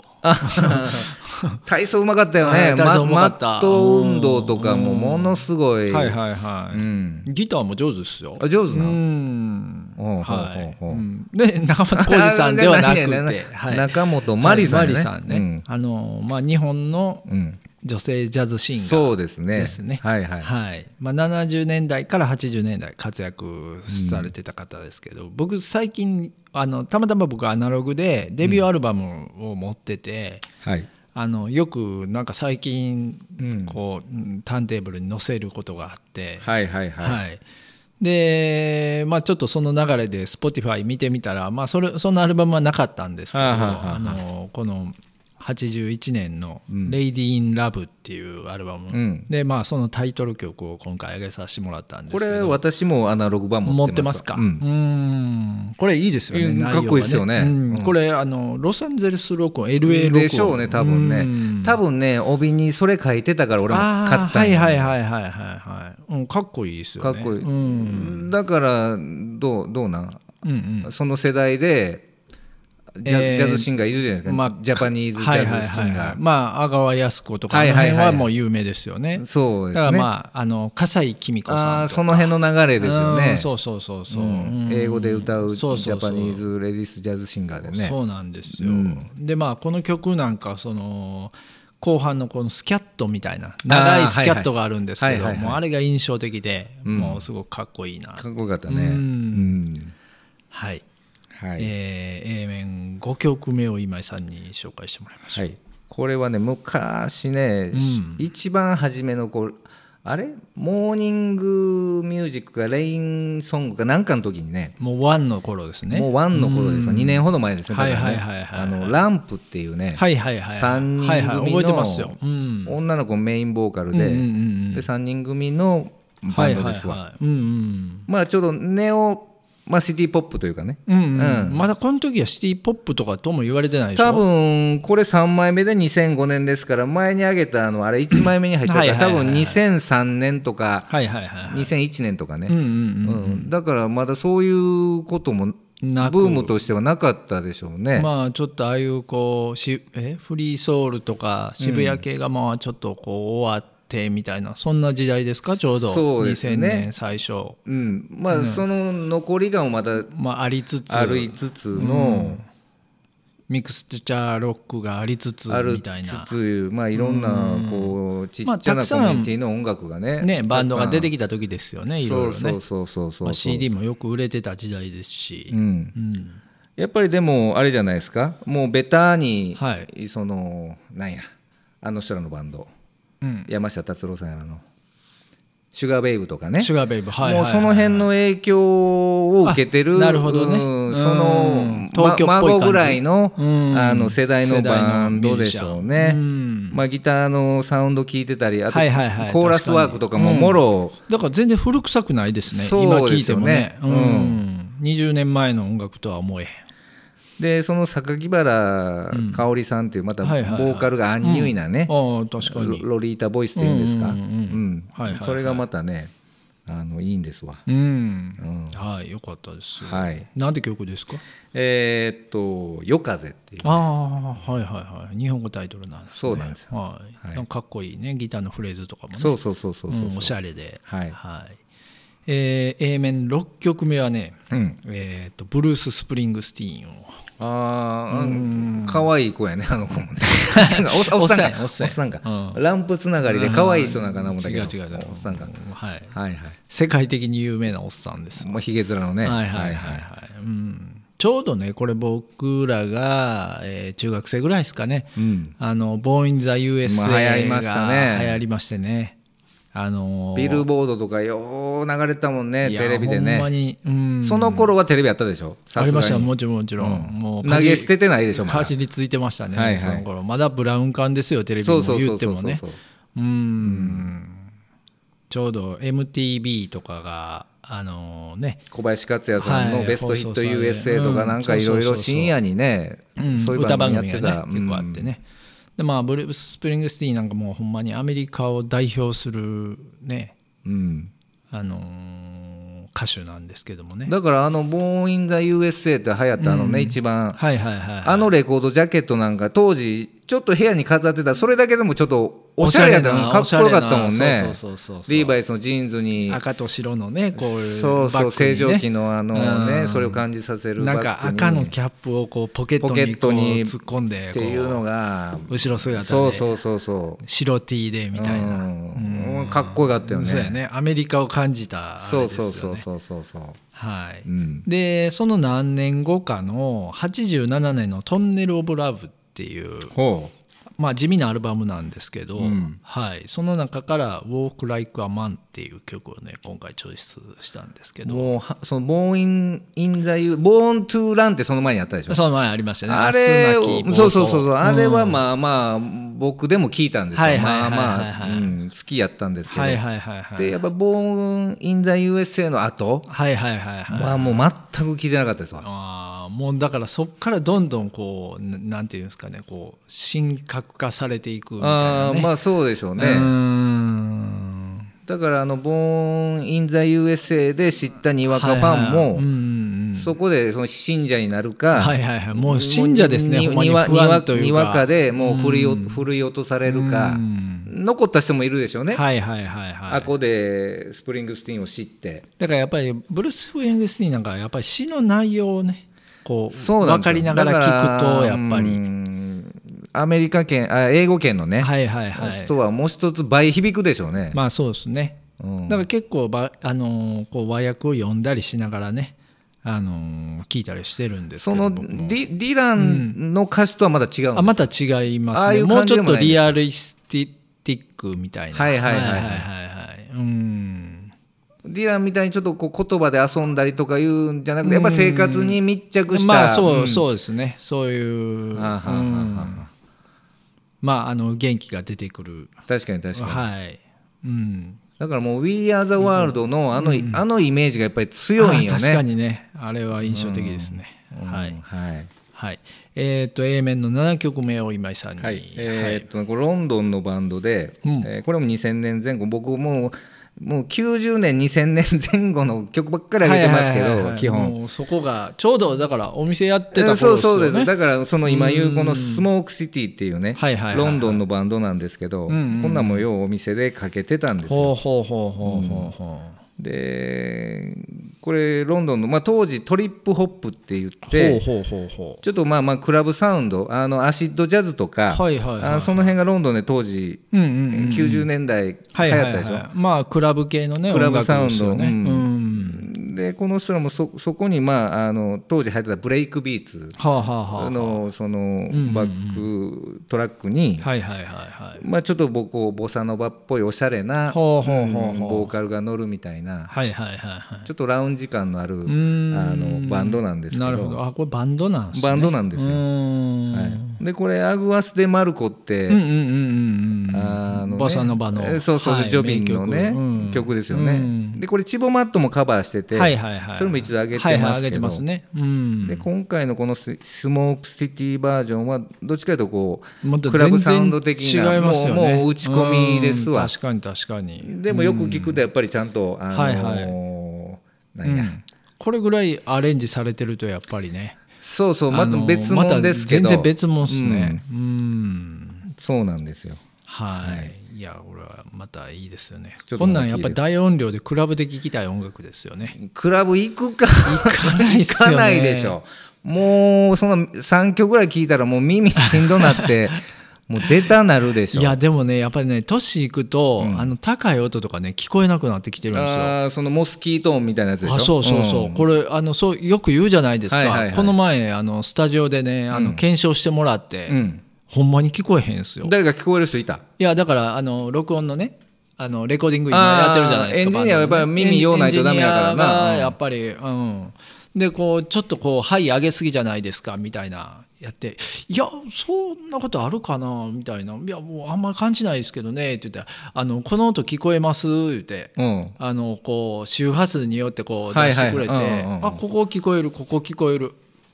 [SPEAKER 2] 体操うまかったよね、
[SPEAKER 1] はい体
[SPEAKER 2] ま
[SPEAKER 1] 操うま
[SPEAKER 2] マ
[SPEAKER 1] かった
[SPEAKER 2] ット運動とかもものすごい、
[SPEAKER 1] はいはいは
[SPEAKER 2] う
[SPEAKER 1] い、
[SPEAKER 2] ん、
[SPEAKER 1] ギターも上手ですよ
[SPEAKER 2] あ上手な
[SPEAKER 1] う
[SPEAKER 2] の
[SPEAKER 1] ん
[SPEAKER 2] ほうほうほう
[SPEAKER 1] はい
[SPEAKER 2] ほう
[SPEAKER 1] うんで中本浩二さんでは なく
[SPEAKER 2] あ
[SPEAKER 1] て
[SPEAKER 2] じゃあ
[SPEAKER 1] はい
[SPEAKER 2] 中本マリさんね,、
[SPEAKER 1] はいマリさんね、あのまあ日本の
[SPEAKER 2] うんうん
[SPEAKER 1] 女性ジャズシンガー
[SPEAKER 2] そうですね
[SPEAKER 1] ですね
[SPEAKER 2] はいはい、
[SPEAKER 1] はいまあ、70年代から80年代活躍されてた方ですけど、僕最近あのたまたま僕アナログでデビューアルバムを持ってて、
[SPEAKER 2] はい
[SPEAKER 1] あのよくなんか最近
[SPEAKER 2] うん
[SPEAKER 1] こう、うんターンテーブルに載せることがあって、
[SPEAKER 2] はいはいはい
[SPEAKER 1] はいでまあ、ちょっとその流れで Spotify 見てみたら、まあ、それそのアルバムはなかったんですけど
[SPEAKER 2] はあはあはあ
[SPEAKER 1] あのこの81年の「
[SPEAKER 2] うん
[SPEAKER 1] Lady in Love」っていうアルバム、
[SPEAKER 2] うん
[SPEAKER 1] で、まあ、そのタイトル曲を今回上げさせてもらったんです
[SPEAKER 2] こ
[SPEAKER 1] けど
[SPEAKER 2] れ私もアナログ版持
[SPEAKER 1] 持
[SPEAKER 2] っ
[SPEAKER 1] ってて
[SPEAKER 2] ま
[SPEAKER 1] ますすか、
[SPEAKER 2] う
[SPEAKER 1] うんんこれいいですよね、
[SPEAKER 2] うん
[SPEAKER 1] 内容が
[SPEAKER 2] かっこいいですよね
[SPEAKER 1] うん
[SPEAKER 2] うん
[SPEAKER 1] これあのロサンゼルス録音 LA 録音
[SPEAKER 2] でしょうね多分ね、
[SPEAKER 1] うん
[SPEAKER 2] 多分ね帯にそれ書いてたから俺も買
[SPEAKER 1] あ
[SPEAKER 2] っ
[SPEAKER 1] ー
[SPEAKER 2] たんや
[SPEAKER 1] はいはいはいはいはいはい、うん、かっこいいですよ
[SPEAKER 2] か
[SPEAKER 1] ね
[SPEAKER 2] っこいい、
[SPEAKER 1] うん、
[SPEAKER 2] だからどうどうなん、
[SPEAKER 1] うんうん
[SPEAKER 2] その世代でジャ,、
[SPEAKER 1] えー
[SPEAKER 2] ジャズシンガーいるじゃないですか、
[SPEAKER 1] まあ
[SPEAKER 2] ジャパニーズジ
[SPEAKER 1] はいは
[SPEAKER 2] ャ
[SPEAKER 1] い
[SPEAKER 2] ズシ
[SPEAKER 1] はい
[SPEAKER 2] ン
[SPEAKER 1] は
[SPEAKER 2] ガ
[SPEAKER 1] い
[SPEAKER 2] ー
[SPEAKER 1] まあ阿川康子とかあ
[SPEAKER 2] はい
[SPEAKER 1] の
[SPEAKER 2] はいはい
[SPEAKER 1] 辺はもう有名ですよね、
[SPEAKER 2] そ
[SPEAKER 1] だ
[SPEAKER 2] うで
[SPEAKER 1] か
[SPEAKER 2] す
[SPEAKER 1] ら
[SPEAKER 2] ね、
[SPEAKER 1] まああの葛西紀美子さんとか
[SPEAKER 2] あーその辺の流れですよ
[SPEAKER 1] う
[SPEAKER 2] ね
[SPEAKER 1] んそうそうそうそう、
[SPEAKER 2] うん
[SPEAKER 1] うん
[SPEAKER 2] 英語で歌うジ
[SPEAKER 1] そうそうそう
[SPEAKER 2] ャパニーズレディースジャズシンガーでね
[SPEAKER 1] そうなんですよ、
[SPEAKER 2] うん
[SPEAKER 1] でまあこの曲なんかその後半のこのスキャットみたいな長いスキャットがあるんですけど、
[SPEAKER 2] はいはいはい
[SPEAKER 1] もうあれが印象的で、
[SPEAKER 2] うん
[SPEAKER 1] もうすごくかっこいいな
[SPEAKER 2] かっこよかったね
[SPEAKER 1] うん
[SPEAKER 2] うん
[SPEAKER 1] はい、
[SPEAKER 2] はい、
[SPEAKER 1] えー A 面5曲目を今井さんに紹介してもらいましょう、
[SPEAKER 2] はい、これはね昔ね、
[SPEAKER 1] うん
[SPEAKER 2] し一番初めのこうあれモーニングミュージックかレインソングかなんかの時にね
[SPEAKER 1] もう1の頃ですね
[SPEAKER 2] もうワンの頃ですよ
[SPEAKER 1] うん
[SPEAKER 2] 2年ほど前ですね
[SPEAKER 1] はい
[SPEAKER 2] だからね
[SPEAKER 1] はいはいはい
[SPEAKER 2] あのランプっていうね、
[SPEAKER 1] はいはいはい
[SPEAKER 2] 三人組
[SPEAKER 1] はいはい、
[SPEAKER 2] の
[SPEAKER 1] 覚えてますよ、うん、
[SPEAKER 2] 女の子メインボーカルで,、
[SPEAKER 1] うんうんうんうん
[SPEAKER 2] で3人組のバンドですわ、
[SPEAKER 1] はいはいはい、うんうん
[SPEAKER 2] まあちょうどネオ、まあ、シティポップというかね
[SPEAKER 1] うんうん
[SPEAKER 2] うん
[SPEAKER 1] まだこの時はシティ・ポップとかとも言われてないでしょ
[SPEAKER 2] 多分これ3枚目で2005年ですから前に上げたあのあれ1枚目に入ってたから
[SPEAKER 1] はい
[SPEAKER 2] 多
[SPEAKER 1] はいはい
[SPEAKER 2] 分
[SPEAKER 1] はい
[SPEAKER 2] 2003年とか
[SPEAKER 1] はいはいはいはい
[SPEAKER 2] 2001年とか
[SPEAKER 1] うん
[SPEAKER 2] ね、
[SPEAKER 1] うんうん
[SPEAKER 2] うんだからまだそういうことも
[SPEAKER 1] なく
[SPEAKER 2] ブームとしてはなかったでしょうね、
[SPEAKER 1] まあちょっとああいうこうしえフリーソウルとか渋谷系がまあちょっとこう終わってみたいなそんな時代ですかちょうど
[SPEAKER 2] そうですね
[SPEAKER 1] 2000年最初、
[SPEAKER 2] うん、まあその残りがまた
[SPEAKER 1] まあ、ありつつ
[SPEAKER 2] 歩いつつの、
[SPEAKER 1] ミクスチャーロックがありつつ
[SPEAKER 2] ある
[SPEAKER 1] みたい
[SPEAKER 2] つ
[SPEAKER 1] な、
[SPEAKER 2] つまあいろんなこうちっ
[SPEAKER 1] まあ
[SPEAKER 2] ちゃ
[SPEAKER 1] た
[SPEAKER 2] な
[SPEAKER 1] く
[SPEAKER 2] コ
[SPEAKER 1] さ
[SPEAKER 2] ミ
[SPEAKER 1] ん
[SPEAKER 2] ュニティの音楽がね
[SPEAKER 1] ね、バンドが出て
[SPEAKER 2] き
[SPEAKER 1] きた時ですよ
[SPEAKER 2] た
[SPEAKER 1] ねいろ
[SPEAKER 2] そ
[SPEAKER 1] いろ
[SPEAKER 2] う
[SPEAKER 1] ね
[SPEAKER 2] そうそうそうそうそう、
[SPEAKER 1] まあ CD もよく売れてた時代ですし、
[SPEAKER 2] うん
[SPEAKER 1] うん
[SPEAKER 2] やっぱりでもあれじゃないですかもうベタに、
[SPEAKER 1] は
[SPEAKER 2] そのなんやあの人らのバンド
[SPEAKER 1] うん
[SPEAKER 2] 山下達郎さんやらの「シュガーベイブ」とかね
[SPEAKER 1] シュガーベイブ、はいはい
[SPEAKER 2] もう
[SPEAKER 1] はい
[SPEAKER 2] その辺の影響を受けてる
[SPEAKER 1] あなるほどね
[SPEAKER 2] うん
[SPEAKER 1] うん
[SPEAKER 2] その
[SPEAKER 1] 東京っぽい感じ
[SPEAKER 2] ま孫ぐらいの
[SPEAKER 1] うん
[SPEAKER 2] あの世代の
[SPEAKER 1] 世代の
[SPEAKER 2] バンドでしょうね
[SPEAKER 1] ミュージシャンうん
[SPEAKER 2] まあ、ギターのサウンド聞いてたりあと
[SPEAKER 1] はいはいはい
[SPEAKER 2] コーラスワークとかも
[SPEAKER 1] 確かに
[SPEAKER 2] もろ
[SPEAKER 1] だから全然古臭くないですね
[SPEAKER 2] そう
[SPEAKER 1] 今聞いてもね
[SPEAKER 2] ですよ
[SPEAKER 1] う
[SPEAKER 2] ねうん
[SPEAKER 1] ん、20年前の音楽とは思えへん
[SPEAKER 2] でその榊原香織さんっていうまたボ
[SPEAKER 1] はいはいはい
[SPEAKER 2] ーカルがアンニュイなね、
[SPEAKER 1] ああ確かに
[SPEAKER 2] ロロリータボイスっていうんですか、
[SPEAKER 1] うんうんうん
[SPEAKER 2] うん
[SPEAKER 1] はいはいはい
[SPEAKER 2] それがまたねあのいいんですわ、
[SPEAKER 1] うん、
[SPEAKER 2] うん
[SPEAKER 1] はいよかったですよ、
[SPEAKER 2] はい
[SPEAKER 1] なんて曲ですか
[SPEAKER 2] えーっと「夜風」っていう
[SPEAKER 1] ああはいはいはい日本語タイトルなんです、ね、
[SPEAKER 2] そうなんですよ
[SPEAKER 1] はい、
[SPEAKER 2] はい
[SPEAKER 1] なんかかっこいいねギターのフレーズとかもね
[SPEAKER 2] そうそうそうそうそう、
[SPEAKER 1] うんおしゃれで
[SPEAKER 2] は
[SPEAKER 1] はいえー A 面6曲目はね、
[SPEAKER 2] うん
[SPEAKER 1] えー、とブルース・スプリングスティーンを
[SPEAKER 2] あーうん可愛い子やねあの子も ねおおっさんか
[SPEAKER 1] お
[SPEAKER 2] お
[SPEAKER 1] っ
[SPEAKER 2] っ
[SPEAKER 1] さんや
[SPEAKER 2] さんか、
[SPEAKER 1] う
[SPEAKER 2] ランプつながりで可愛い人なんかなもんだけど
[SPEAKER 1] 違う違う
[SPEAKER 2] おっさんか
[SPEAKER 1] はい、
[SPEAKER 2] はいはい
[SPEAKER 1] 世界的に有名なおっさんです、
[SPEAKER 2] もうひげ面のね
[SPEAKER 1] はいはいはいはい、うん、ちょうどねこれ僕らが、えー中学生ぐらいですかね
[SPEAKER 2] うん、
[SPEAKER 1] あのボーイン・ザ・ USA
[SPEAKER 2] ま
[SPEAKER 1] が
[SPEAKER 2] あ流行りましたね
[SPEAKER 1] 流行りましてねあのー
[SPEAKER 2] ビルボードとかよう流れてたもんね
[SPEAKER 1] いや
[SPEAKER 2] テレビで
[SPEAKER 1] ほんま
[SPEAKER 2] ね
[SPEAKER 1] に、うん、
[SPEAKER 2] その頃はテレビあったでしょさ
[SPEAKER 1] あ
[SPEAKER 2] す
[SPEAKER 1] り
[SPEAKER 2] が
[SPEAKER 1] ま
[SPEAKER 2] に
[SPEAKER 1] したもちろんもちろん、
[SPEAKER 2] うん
[SPEAKER 1] もう
[SPEAKER 2] 投げ捨ててないでしょまだ
[SPEAKER 1] かじりついてましたね、
[SPEAKER 2] はいはい
[SPEAKER 1] その頃まだブラウン管ですよテレビ
[SPEAKER 2] そ
[SPEAKER 1] も
[SPEAKER 2] うそうそ
[SPEAKER 1] 言っ
[SPEAKER 2] う
[SPEAKER 1] て
[SPEAKER 2] そう
[SPEAKER 1] も
[SPEAKER 2] そう
[SPEAKER 1] ね
[SPEAKER 2] そう
[SPEAKER 1] うんちょうど MTV とかがあのね
[SPEAKER 2] 小林克也さんの
[SPEAKER 1] はい
[SPEAKER 2] ベストヒッ
[SPEAKER 1] 放送
[SPEAKER 2] ト
[SPEAKER 1] される
[SPEAKER 2] USA とかなんか
[SPEAKER 1] うん
[SPEAKER 2] いろい
[SPEAKER 1] そうそうそう
[SPEAKER 2] ろ
[SPEAKER 1] そう
[SPEAKER 2] 深夜にね
[SPEAKER 1] うん
[SPEAKER 2] そういう
[SPEAKER 1] 歌
[SPEAKER 2] 番
[SPEAKER 1] 番
[SPEAKER 2] 組やっ
[SPEAKER 1] 組
[SPEAKER 2] て
[SPEAKER 1] が
[SPEAKER 2] た
[SPEAKER 1] ね結構あってね、でまあブルース・スプリングスティーンなんかもうほんまにアメリカを代表するね
[SPEAKER 2] うん、
[SPEAKER 1] あのー歌手なんですけどもね
[SPEAKER 2] だからあの「ボーン・イン・ザ・ USA」って流行ったあのね、一番
[SPEAKER 1] はいはいはい、はい、
[SPEAKER 2] あのレコードジャケットなんか当時ちょっと部屋に飾ってたそれだけでもちょっとおしゃれやったのかっこよかったもん
[SPEAKER 1] おしゃれなそ
[SPEAKER 2] ね
[SPEAKER 1] うそうそうそう
[SPEAKER 2] リーバイスのジーンズに
[SPEAKER 1] 赤と白のねこういう
[SPEAKER 2] そ
[SPEAKER 1] バッグ
[SPEAKER 2] う
[SPEAKER 1] に
[SPEAKER 2] そう
[SPEAKER 1] ね
[SPEAKER 2] 正常期のあの
[SPEAKER 1] う
[SPEAKER 2] ね
[SPEAKER 1] ん
[SPEAKER 2] それを感じさせる
[SPEAKER 1] なん
[SPEAKER 2] バッグ
[SPEAKER 1] か
[SPEAKER 2] に
[SPEAKER 1] 赤のキャップをこうポケットに
[SPEAKER 2] ポケットに
[SPEAKER 1] こう突っ込んでこ
[SPEAKER 2] っていうのが
[SPEAKER 1] 後ろ姿で
[SPEAKER 2] そうそうそうそう
[SPEAKER 1] 白 T でみたいな、
[SPEAKER 2] うんかっこよかったよね
[SPEAKER 1] そうやねアメリカを感じたあれ
[SPEAKER 2] そ
[SPEAKER 1] で
[SPEAKER 2] う
[SPEAKER 1] すよ、
[SPEAKER 2] そ
[SPEAKER 1] ね、
[SPEAKER 2] うそうそうそうそう
[SPEAKER 1] はい、
[SPEAKER 2] うん
[SPEAKER 1] でその何年後かの87年の「トンネル・オブ・ラブ」っていう、
[SPEAKER 2] ほ
[SPEAKER 1] まあ、地味なアルバムなんですけど、
[SPEAKER 2] うん
[SPEAKER 1] はい、その中から「Walk Like a Man」っていう曲をね今回チョイスしたんですけ
[SPEAKER 2] う
[SPEAKER 1] ど
[SPEAKER 2] もうはそのボーンイン・イン・ザ・ユーボーン・トゥ・ランってその前にあったでしょ
[SPEAKER 1] その前ありましたね
[SPEAKER 2] あれ
[SPEAKER 1] 明日なき暴走
[SPEAKER 2] そうそうそうそうあれは
[SPEAKER 1] うん
[SPEAKER 2] まあまあ僕でも聞いたんですよ
[SPEAKER 1] はいはい
[SPEAKER 2] ま
[SPEAKER 1] は
[SPEAKER 2] あ
[SPEAKER 1] いはい
[SPEAKER 2] まあ
[SPEAKER 1] はい
[SPEAKER 2] うん好きやったんですけど
[SPEAKER 1] はいはいはいはい
[SPEAKER 2] でやっぱボーン・イン・ザ・ USA の後
[SPEAKER 1] はいはいはいはい、
[SPEAKER 2] はもう全く聞いてなかったですわ
[SPEAKER 1] あーもうだからそっからどんどんこうななんていうんですかねこう神格化されていくみたい
[SPEAKER 2] あ
[SPEAKER 1] な
[SPEAKER 2] ー
[SPEAKER 1] ね
[SPEAKER 2] まあそうでしょう
[SPEAKER 1] うー
[SPEAKER 2] ね
[SPEAKER 1] ん
[SPEAKER 2] だからあのボーン・イン・ザ・ USA で知ったにわかファン
[SPEAKER 1] はいはいうんう
[SPEAKER 2] も
[SPEAKER 1] んうん
[SPEAKER 2] そこでその信者になる
[SPEAKER 1] は
[SPEAKER 2] か
[SPEAKER 1] いはいはいもう信者ですね
[SPEAKER 2] に
[SPEAKER 1] ほんまに
[SPEAKER 2] にわ
[SPEAKER 1] 不安というか
[SPEAKER 2] にわかでもう振りお振り落とされるか
[SPEAKER 1] うん
[SPEAKER 2] 残った人もいるでしょうね
[SPEAKER 1] はいはいはいは
[SPEAKER 2] あ
[SPEAKER 1] い
[SPEAKER 2] こでスプリングスティーンを知って
[SPEAKER 1] だからやっぱりブルース・ウィングスティーンなんかはやっぱり詩の内容をねこう
[SPEAKER 2] そうなん
[SPEAKER 1] 分
[SPEAKER 2] です
[SPEAKER 1] か
[SPEAKER 2] よ
[SPEAKER 1] りながら聞くとやっぱ
[SPEAKER 2] だからう
[SPEAKER 1] り
[SPEAKER 2] んアメリカ圏あ英語圏のね、
[SPEAKER 1] はいはいはい
[SPEAKER 2] 人はもう一つ倍響くでしょうね、
[SPEAKER 1] まあそうですね
[SPEAKER 2] うん
[SPEAKER 1] だから結構ば、あのーこう和訳を読んだりしながらね、あのー聞いたりしてるんです
[SPEAKER 2] そ
[SPEAKER 1] けど
[SPEAKER 2] の
[SPEAKER 1] 僕
[SPEAKER 2] デ
[SPEAKER 1] も
[SPEAKER 2] ィディランの歌詞とはまだ違うんです、
[SPEAKER 1] あまた違いますね
[SPEAKER 2] ああいう
[SPEAKER 1] もう
[SPEAKER 2] 感
[SPEAKER 1] ち
[SPEAKER 2] じで
[SPEAKER 1] ょ
[SPEAKER 2] も
[SPEAKER 1] っ
[SPEAKER 2] ない
[SPEAKER 1] とリアリスティックみたいな
[SPEAKER 2] はいはいはい
[SPEAKER 1] は
[SPEAKER 2] はいい
[SPEAKER 1] はいはいうん
[SPEAKER 2] ディランみたいにちょっとこう言葉で遊んだりとかいうんじゃなくてやっぱ生活に密着した、
[SPEAKER 1] まあそう,、
[SPEAKER 2] ん
[SPEAKER 1] そうですねそういう
[SPEAKER 2] あははは
[SPEAKER 1] うんまああの元気が出てくる
[SPEAKER 2] 確かに確かに、
[SPEAKER 1] はいうん
[SPEAKER 2] だからもう「We Are the World の」あの、あのイメージがやっぱり強いんよ
[SPEAKER 1] あ
[SPEAKER 2] ね
[SPEAKER 1] 確かにねあれは印象的ですね、
[SPEAKER 2] うん
[SPEAKER 1] は
[SPEAKER 2] はいい、
[SPEAKER 1] はい。えっ、と A 面の7曲目を今井さんに。
[SPEAKER 2] はい、えーっとこれロンドンのバンドで、
[SPEAKER 1] うん
[SPEAKER 2] えーこれも2000年前後僕もうもう90年2000年前後の曲ばっかり上げてますけ
[SPEAKER 1] はいはいはい
[SPEAKER 2] ど
[SPEAKER 1] はい
[SPEAKER 2] 基本。
[SPEAKER 1] もうそこがちょうどだからお店やって
[SPEAKER 2] え
[SPEAKER 1] た頃で
[SPEAKER 2] ー
[SPEAKER 1] すよ
[SPEAKER 2] そ
[SPEAKER 1] ね。
[SPEAKER 2] うそうです
[SPEAKER 1] か
[SPEAKER 2] だからその今言うこのスモークシティっていうね
[SPEAKER 1] はいはいはいはい
[SPEAKER 2] ロンドンのバンドなんですけど
[SPEAKER 1] う
[SPEAKER 2] こ
[SPEAKER 1] んうんうん
[SPEAKER 2] んなんもようお店でかけてたんですよ
[SPEAKER 1] ほうほうほうほうほうほ
[SPEAKER 2] でこれロンドンのまあ当時トリップホップって言
[SPEAKER 1] う。
[SPEAKER 2] っ
[SPEAKER 1] ほう
[SPEAKER 2] て
[SPEAKER 1] ほうほうほ
[SPEAKER 2] ちょっとまあまあクラブサウンドあのアシッドジャズ
[SPEAKER 1] う。
[SPEAKER 2] とか
[SPEAKER 1] はいはいはい。
[SPEAKER 2] あその辺がロンドンで当時
[SPEAKER 1] うんうんうん。
[SPEAKER 2] 90年代流
[SPEAKER 1] はい
[SPEAKER 2] 行
[SPEAKER 1] は
[SPEAKER 2] っ
[SPEAKER 1] い
[SPEAKER 2] たでし
[SPEAKER 1] は
[SPEAKER 2] ょ。
[SPEAKER 1] い。まあクラブ系のね
[SPEAKER 2] クラブサウンド
[SPEAKER 1] 音楽ですよね。う
[SPEAKER 2] うん
[SPEAKER 1] ん。
[SPEAKER 2] でこの人らもそそこに、まあ、あの当時流行ってたブレイクビーツ
[SPEAKER 1] はあはあはあ。
[SPEAKER 2] のその
[SPEAKER 1] うんうん
[SPEAKER 2] バックトラックに、
[SPEAKER 1] はいはいはいはい。
[SPEAKER 2] まあ、ちょっとぼこうボサノバっぽいおしゃれな
[SPEAKER 1] ほうほうほうほう
[SPEAKER 2] うんボーカルが乗るみたいな
[SPEAKER 1] はいはいはいはい。
[SPEAKER 2] ちょっとラウンジ感のあるあ
[SPEAKER 1] ん
[SPEAKER 2] のバンドなんですけど
[SPEAKER 1] なるほど。あこれバンドなんですね。
[SPEAKER 2] バンドなんですよ
[SPEAKER 1] うーん
[SPEAKER 2] はい、でこれアグアス・デ・マルコって、
[SPEAKER 1] うんうんうんうんうん。
[SPEAKER 2] あのね
[SPEAKER 1] ボサノバの。
[SPEAKER 2] えそうそう、
[SPEAKER 1] はい
[SPEAKER 2] ジョビンのね
[SPEAKER 1] 名曲
[SPEAKER 2] 曲,、
[SPEAKER 1] うん
[SPEAKER 2] ですよね、
[SPEAKER 1] うん
[SPEAKER 2] でこれチボマットもカバーしてて、
[SPEAKER 1] はいはいはい。
[SPEAKER 2] それも一度上げてます
[SPEAKER 1] は
[SPEAKER 2] け
[SPEAKER 1] い
[SPEAKER 2] ど、
[SPEAKER 1] はい上げてますね。うん。
[SPEAKER 2] で今回のこのススモークシティバージョンはどっちかというとこ
[SPEAKER 1] もっ
[SPEAKER 2] う
[SPEAKER 1] と
[SPEAKER 2] クラブサウンド的
[SPEAKER 1] 全然
[SPEAKER 2] な
[SPEAKER 1] 違いますよ
[SPEAKER 2] もう
[SPEAKER 1] ね
[SPEAKER 2] もう打ち込みです
[SPEAKER 1] う
[SPEAKER 2] わ
[SPEAKER 1] ん確かに確かに。
[SPEAKER 2] でもよく聞くとやっぱりちゃんと、あのー
[SPEAKER 1] はいは
[SPEAKER 2] なんや、
[SPEAKER 1] うんこれぐらいアレンジされてるとやっぱりね。
[SPEAKER 2] そうそうま
[SPEAKER 1] あ
[SPEAKER 2] た
[SPEAKER 1] の
[SPEAKER 2] 別物ですけど、
[SPEAKER 1] また全然別物ですね。うん
[SPEAKER 2] うんそうなんですよ
[SPEAKER 1] はい、い、やこれはまたいいですよね
[SPEAKER 2] ちょっと
[SPEAKER 1] こんなんやっぱ大音量でクラブで聴きたい音楽ですよね
[SPEAKER 2] クラブ行くか
[SPEAKER 1] 行かないっ
[SPEAKER 2] 行
[SPEAKER 1] すよ
[SPEAKER 2] か
[SPEAKER 1] ね
[SPEAKER 2] ないでしょもうその3曲ぐらい聞いたらもう耳しんどなって もう出たなるでしょ
[SPEAKER 1] いやでもねやっぱりね年いくと、
[SPEAKER 2] うん
[SPEAKER 1] あの高い音とかね聞こえなくなってきてるんですよ
[SPEAKER 2] あーそのモスキート音みたいなやつでしょ
[SPEAKER 1] あそうそうそう、
[SPEAKER 2] ん
[SPEAKER 1] これあのそうよく言うじゃないですか、
[SPEAKER 2] はいはいはい
[SPEAKER 1] この前あのスタジオでねあの、
[SPEAKER 2] うん
[SPEAKER 1] 検証してもらって、
[SPEAKER 2] うん
[SPEAKER 1] ほんまに聞こえへんすよ
[SPEAKER 2] 誰か聞こえる人いた
[SPEAKER 1] いやだからあの録音のねあのレコーディング今やってるじゃないですか
[SPEAKER 2] あーエンジニアはやっぱり耳用ないとダメやからな
[SPEAKER 1] エンジニアがやっぱりうんでこうちょっとこう「はい上げすぎじゃないですか」みたいなやって「いやそんなことあるかな」みたいな「いやもうあんま感じないですけどね」って言って「あのこの音聞こえます」言って。
[SPEAKER 2] うん
[SPEAKER 1] あのこう周波数によってこう
[SPEAKER 2] はい
[SPEAKER 1] 出
[SPEAKER 2] はい
[SPEAKER 1] してくれて、
[SPEAKER 2] うんうんうん
[SPEAKER 1] あここ聞こえるここ聞こえる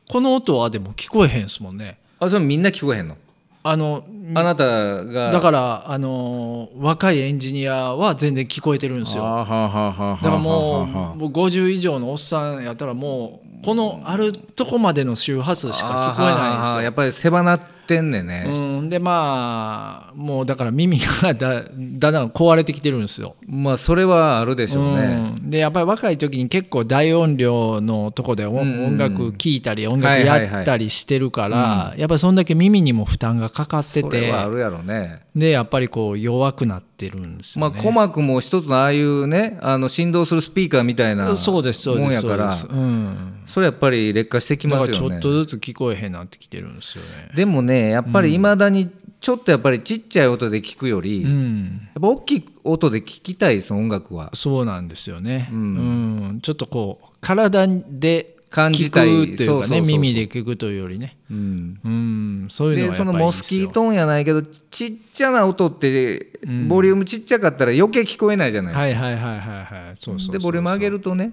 [SPEAKER 1] この音はでも聞こえへんすもんね
[SPEAKER 2] あそれみんな聞こえへんの
[SPEAKER 1] あの
[SPEAKER 2] あなたが
[SPEAKER 1] だからあの若いエンジニアは全然聞こえてるんですよ
[SPEAKER 2] あーはーはーはーはーはーはー
[SPEAKER 1] だからもうもう50以上のおっさんやったらもうこのあるとこまでの周波数しか聞こえないんです
[SPEAKER 2] あーはー
[SPEAKER 1] よ
[SPEAKER 2] はーやっぱり狭なってんねんね、
[SPEAKER 1] うん、でまあもうだから耳がだだんだん壊れてきてるんですよ。
[SPEAKER 2] まあそれはあるでしょうね、
[SPEAKER 1] うんでやっぱり若い時に結構大音量のとこで音,、
[SPEAKER 2] うんうん
[SPEAKER 1] 楽聴いたり音楽やったりしてるから、やっぱりそんだけ耳にも負担がかかって
[SPEAKER 2] それ
[SPEAKER 1] て
[SPEAKER 2] はあるやろね
[SPEAKER 1] でやっぱりこう弱くなってるんです
[SPEAKER 2] ま
[SPEAKER 1] よ
[SPEAKER 2] あ
[SPEAKER 1] ね。
[SPEAKER 2] 鼓膜も一つのああいうねあの振動するスピーカーみたいな
[SPEAKER 1] そうですそうです
[SPEAKER 2] もんやから
[SPEAKER 1] そうですうん、
[SPEAKER 2] それやっぱり劣化してき
[SPEAKER 1] だ
[SPEAKER 2] ま
[SPEAKER 1] から
[SPEAKER 2] す
[SPEAKER 1] ちょ
[SPEAKER 2] よ
[SPEAKER 1] っ
[SPEAKER 2] ね
[SPEAKER 1] とずつ聞こえへんなってきてるんですよね。
[SPEAKER 2] でもねやっぱりいまだにちょっとやっぱりちっちゃい音で聞くより、
[SPEAKER 1] う
[SPEAKER 2] やっ
[SPEAKER 1] ん
[SPEAKER 2] ぱ大きい音で聞きたいです音楽は
[SPEAKER 1] そうなんですよね、
[SPEAKER 2] う
[SPEAKER 1] うんちょっとこう体で
[SPEAKER 2] 感
[SPEAKER 1] 聞
[SPEAKER 2] じた
[SPEAKER 1] く
[SPEAKER 2] い
[SPEAKER 1] というかね
[SPEAKER 2] そうそうそうそう
[SPEAKER 1] 耳で聞くというよりね
[SPEAKER 2] うん
[SPEAKER 1] うんそういうの
[SPEAKER 2] で
[SPEAKER 1] はや
[SPEAKER 2] そ
[SPEAKER 1] っぱり
[SPEAKER 2] の
[SPEAKER 1] いい
[SPEAKER 2] モ
[SPEAKER 1] ん
[SPEAKER 2] ス
[SPEAKER 1] です
[SPEAKER 2] キ
[SPEAKER 1] よ
[SPEAKER 2] ートーンやないけどちっちゃな音って
[SPEAKER 1] うん
[SPEAKER 2] ボリュームちっちゃかったら余計聞こえないじゃないですか、
[SPEAKER 1] はいはいはいはいはいそうそうそう
[SPEAKER 2] でボリューム上げるとね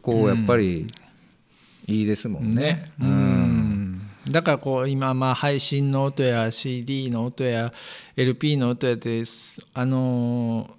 [SPEAKER 2] こうやっぱりいいですもんね,、
[SPEAKER 1] ねうん、だからこう今まあ配信の音や CD の音や LP の音やってあのー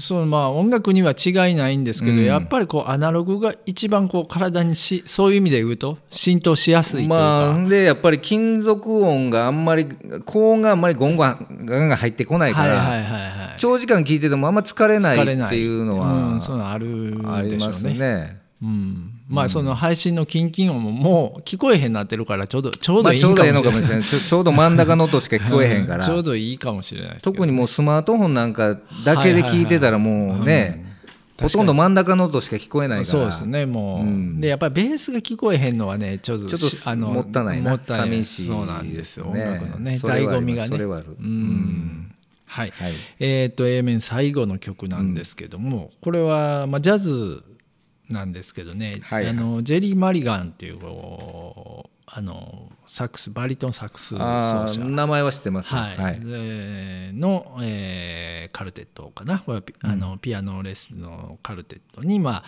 [SPEAKER 1] そのまあ音楽には違いないんですけど、
[SPEAKER 2] うん
[SPEAKER 1] やっぱりこうアナログが一番こう体にしそういう意味で言うと浸透しやすいというか、
[SPEAKER 2] まあでやっぱり金属音があんまり高音があんまりゴンゴンガンガン入ってこないから、
[SPEAKER 1] はいはいはいはい、
[SPEAKER 2] 長時間聞いててもあんま疲れない
[SPEAKER 1] 疲れない
[SPEAKER 2] っていうの
[SPEAKER 1] うん、
[SPEAKER 2] は
[SPEAKER 1] そういうのあるんでしょうね
[SPEAKER 2] ありますね。
[SPEAKER 1] うん、まあその配信のキンキン音ももう聞こえへんなってるからちょうどちょう
[SPEAKER 2] ま
[SPEAKER 1] ど
[SPEAKER 2] あ、
[SPEAKER 1] いい
[SPEAKER 2] ち
[SPEAKER 1] か
[SPEAKER 2] ょ
[SPEAKER 1] も
[SPEAKER 2] う
[SPEAKER 1] しれ
[SPEAKER 2] どええ
[SPEAKER 1] ない、
[SPEAKER 2] のかもしれないちょちょうど真ん中の音しか聞こえへんから
[SPEAKER 1] ちょうどいいかもしれないですけど
[SPEAKER 2] 特にもうスマートフォンなんかだけで聞いてたらもうねほとんど真ん中の音しか聞こえないから
[SPEAKER 1] そうですねもう、
[SPEAKER 2] うん
[SPEAKER 1] でやっぱりベースが聞こえへんのはねちょっと
[SPEAKER 2] ちょっと
[SPEAKER 1] しあの
[SPEAKER 2] もったいないな
[SPEAKER 1] もったない
[SPEAKER 2] 寂しい
[SPEAKER 1] そうなんですよ、
[SPEAKER 2] ね
[SPEAKER 1] 音楽のね
[SPEAKER 2] それ
[SPEAKER 1] 醍
[SPEAKER 2] はあります
[SPEAKER 1] 醐味がね
[SPEAKER 2] それはある
[SPEAKER 1] う
[SPEAKER 2] うん
[SPEAKER 1] はい、
[SPEAKER 2] はい
[SPEAKER 1] えー、と A 面最後の曲なんですけども、これは、まあ、ジャズなんですけどね、
[SPEAKER 2] はい
[SPEAKER 1] あ
[SPEAKER 2] はい
[SPEAKER 1] のジェリー・マリガンっていうこうあのサックスバリトンサックス奏
[SPEAKER 2] あー
[SPEAKER 1] 者
[SPEAKER 2] 名前は知ってます
[SPEAKER 1] はいでの、えーカルテットかなこれはピあのピアノレッスンのカルテットに、まあ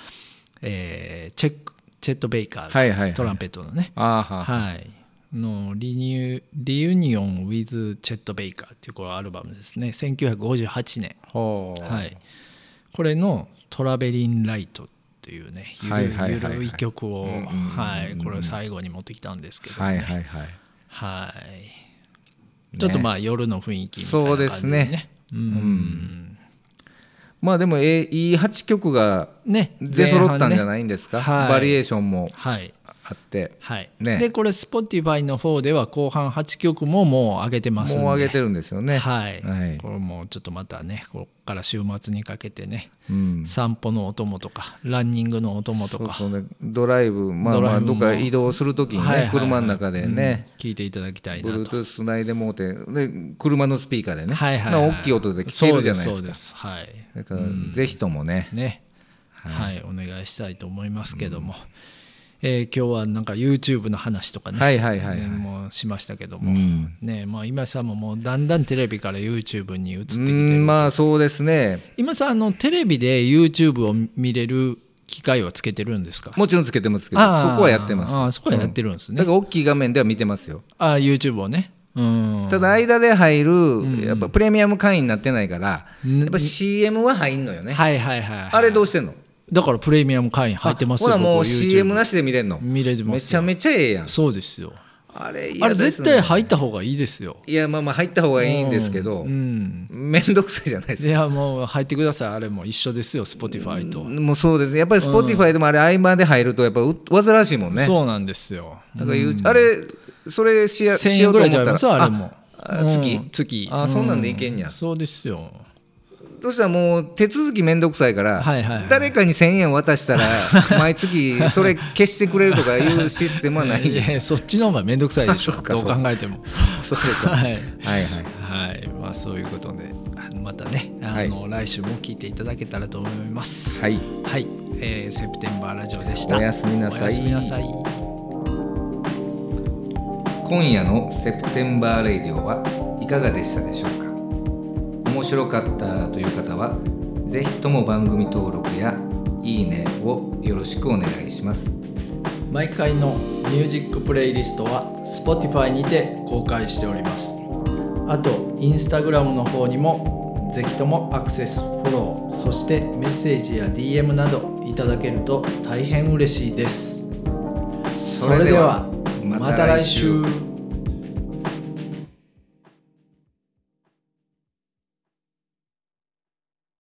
[SPEAKER 1] えーチェックチェット・ベイカー、
[SPEAKER 2] はいはいはい
[SPEAKER 1] トランペットのね、
[SPEAKER 2] あーはー
[SPEAKER 1] はい、のリニューリユニオン・ウィズ・チェット・ベイカーっていうこのアルバムですね1958年、
[SPEAKER 2] ほう
[SPEAKER 1] はい、これの「トラベリン・ライト」っていうねゆる,、
[SPEAKER 2] はいはいはいはい
[SPEAKER 1] ゆるい曲を、
[SPEAKER 2] うんうんうんうん
[SPEAKER 1] はい、これを最後に持ってきたんですけど、ね
[SPEAKER 2] はいはいはい
[SPEAKER 1] はいちょっとまあ夜の雰囲気みたいな感じで、ね、
[SPEAKER 2] そうですね
[SPEAKER 1] うん
[SPEAKER 2] まあでもえいい8曲が
[SPEAKER 1] ね
[SPEAKER 2] 出揃ったんじゃ
[SPEAKER 1] い
[SPEAKER 2] ないんですか
[SPEAKER 1] 前半ねはい
[SPEAKER 2] バリエーションも
[SPEAKER 1] はい
[SPEAKER 2] あって
[SPEAKER 1] はい、
[SPEAKER 2] ね
[SPEAKER 1] でこれ Spotify の方では後半8曲ももう上げて
[SPEAKER 2] も
[SPEAKER 1] ますん
[SPEAKER 2] う
[SPEAKER 1] で
[SPEAKER 2] 上げてるんですよね
[SPEAKER 1] はい、
[SPEAKER 2] はい
[SPEAKER 1] これもちょっとまたねここから週末にかけてね
[SPEAKER 2] うん
[SPEAKER 1] 散歩のお供とかランニングのお供と
[SPEAKER 2] そう
[SPEAKER 1] か
[SPEAKER 2] そうねドライブまあま
[SPEAKER 1] ドライ
[SPEAKER 2] あど
[SPEAKER 1] ブも
[SPEAKER 2] っか移動するときに
[SPEAKER 1] はいはい
[SPEAKER 2] ね
[SPEAKER 1] はい
[SPEAKER 2] 車の中でね
[SPEAKER 1] うん聞いていただきたいなと
[SPEAKER 2] Bluetooth つないでもうてで車のスピーカーでね
[SPEAKER 1] はいはい
[SPEAKER 2] な
[SPEAKER 1] は
[SPEAKER 2] んか大きい音で聞けるじゃないで
[SPEAKER 1] そ
[SPEAKER 2] す
[SPEAKER 1] う
[SPEAKER 2] か
[SPEAKER 1] ですそうですはい
[SPEAKER 2] だからぜひともね
[SPEAKER 1] ね、はい、お願いしたいと思いますけども、えー今日はなんか YouTube の話とかね、
[SPEAKER 2] はいはいはいはい
[SPEAKER 1] えーもうしましたけど
[SPEAKER 2] う
[SPEAKER 1] も、
[SPEAKER 2] ん
[SPEAKER 1] ねまあ今井さんももうだんだんテレビから YouTube に移ってき
[SPEAKER 2] う
[SPEAKER 1] てる、
[SPEAKER 2] んまあそうですね
[SPEAKER 1] 今井さんあのテレビで YouTube を見れる機会はつけてるんですか
[SPEAKER 2] もちろんつけてますけど
[SPEAKER 1] あー
[SPEAKER 2] そこはやってます
[SPEAKER 1] あーそこはやってるんですね、
[SPEAKER 2] だから大きい画面では見てますよ
[SPEAKER 1] あー YouTube をねうん
[SPEAKER 2] ただ間で入るやっぱプレミアム会員になってないから
[SPEAKER 1] ん
[SPEAKER 2] やっぱ CM は入んのよね
[SPEAKER 1] はいはいはい
[SPEAKER 2] あれどうしてんの
[SPEAKER 1] だからプレミアム会員入ってます
[SPEAKER 2] ほ
[SPEAKER 1] よ
[SPEAKER 2] らもう
[SPEAKER 1] 僕 YouTube
[SPEAKER 2] CM なしで見れんの
[SPEAKER 1] 見れてま
[SPEAKER 2] め
[SPEAKER 1] す
[SPEAKER 2] ちゃめちゃええやん
[SPEAKER 1] そうですよ
[SPEAKER 2] あれ
[SPEAKER 1] あ
[SPEAKER 2] 嫌
[SPEAKER 1] れ
[SPEAKER 2] で
[SPEAKER 1] 絶
[SPEAKER 2] すね
[SPEAKER 1] 対入った方がいいですよ
[SPEAKER 2] いやまあまあ入った方がいいんですけど
[SPEAKER 1] うん
[SPEAKER 2] 面倒くさいじゃないですか
[SPEAKER 1] いやもう入ってくださいあれも一緒ですよ Spotify と、
[SPEAKER 2] もうそうですねやっぱり Spotify でもあれ合間で入るとやっぱう煩わしいもんね
[SPEAKER 1] そうなんですよ
[SPEAKER 2] だから言うあれそれしや
[SPEAKER 1] 1000
[SPEAKER 2] し
[SPEAKER 1] 円
[SPEAKER 2] よ
[SPEAKER 1] ぐらい
[SPEAKER 2] うと思っ
[SPEAKER 1] ちゃ
[SPEAKER 2] た
[SPEAKER 1] います
[SPEAKER 2] ら
[SPEAKER 1] あれも
[SPEAKER 2] あ月
[SPEAKER 1] うん月
[SPEAKER 2] あそんなんでいけんや
[SPEAKER 1] そうですよ
[SPEAKER 2] そしたらもう手続きめんどくさいから、
[SPEAKER 1] はいはいはい
[SPEAKER 2] 誰かに1000円渡し たら毎月それ消してくれるとかいうシステムはないん
[SPEAKER 1] い
[SPEAKER 2] で
[SPEAKER 1] やそっちの方が面倒くさい でしょ
[SPEAKER 2] そうか
[SPEAKER 1] どう
[SPEAKER 2] そう
[SPEAKER 1] 考
[SPEAKER 2] か
[SPEAKER 1] えても
[SPEAKER 2] そうで す
[SPEAKER 1] はい
[SPEAKER 2] はいはい
[SPEAKER 1] はいまあそういうことであのまたねあの、来週も聞いていただけたらと思います
[SPEAKER 2] はい
[SPEAKER 1] はい、えーセプテンバーラジオでした
[SPEAKER 2] おやすみなさい
[SPEAKER 1] おやすみなさい
[SPEAKER 2] 今夜の「セプテンバー・レイディオ」はいかがでしたでしょうか面白かったという方はぜひとも番組登録や「いいね」をよろしくお願いします
[SPEAKER 1] 毎回のミュージックプレイリストは Spotify にて公開しておりますあとインスタグラムの方にもぜひともアクセスフォローそしてメッセージや DM などいただけると大変嬉しいですそれではまた来週